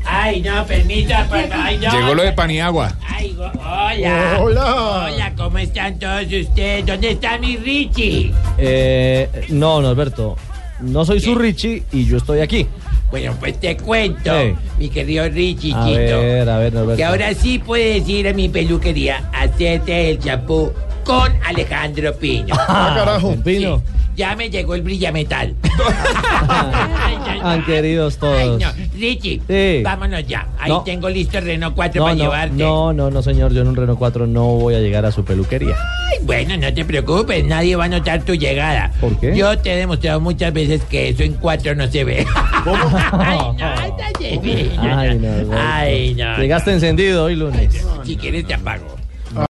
Speaker 27: Ay, no, permiso. per- Ay, no.
Speaker 14: Llegó lo de Paniagua.
Speaker 27: Ay, go- hola.
Speaker 7: Hola.
Speaker 27: Hola, ¿cómo están todos ustedes? ¿Dónde está mi Richie?
Speaker 7: Eh, no, Norberto. No soy su Richie y yo estoy aquí.
Speaker 27: Bueno, pues te cuento,
Speaker 7: Sí.
Speaker 27: mi querido Richie,
Speaker 7: A ver, a ver, Norberto.
Speaker 27: que ahora sí puedes ir a mi peluquería, hacerte el champú con Alejandro Piño.
Speaker 7: Ah, carajo. el Pino.
Speaker 27: Sí, ya me llegó el brillametal.
Speaker 7: Han queridos todos.
Speaker 27: No, Richie,
Speaker 7: Sí.
Speaker 27: vámonos ya. Ahí
Speaker 7: No.
Speaker 27: tengo listo el Renault 4
Speaker 7: No,
Speaker 27: para
Speaker 7: no,
Speaker 27: llevarte.
Speaker 7: no, no, no, señor. Yo en un Renault 4 no voy a llegar a su peluquería.
Speaker 27: Ay, bueno, no te preocupes, nadie va a notar tu llegada.
Speaker 7: ¿Por qué?
Speaker 27: Yo te he demostrado muchas veces que eso en cuatro no se ve. Ay, no, ay, no, ay, no,
Speaker 7: Ay, no.
Speaker 27: Ay, no.
Speaker 7: Llegaste encendido hoy lunes.
Speaker 27: Si quieres te apago.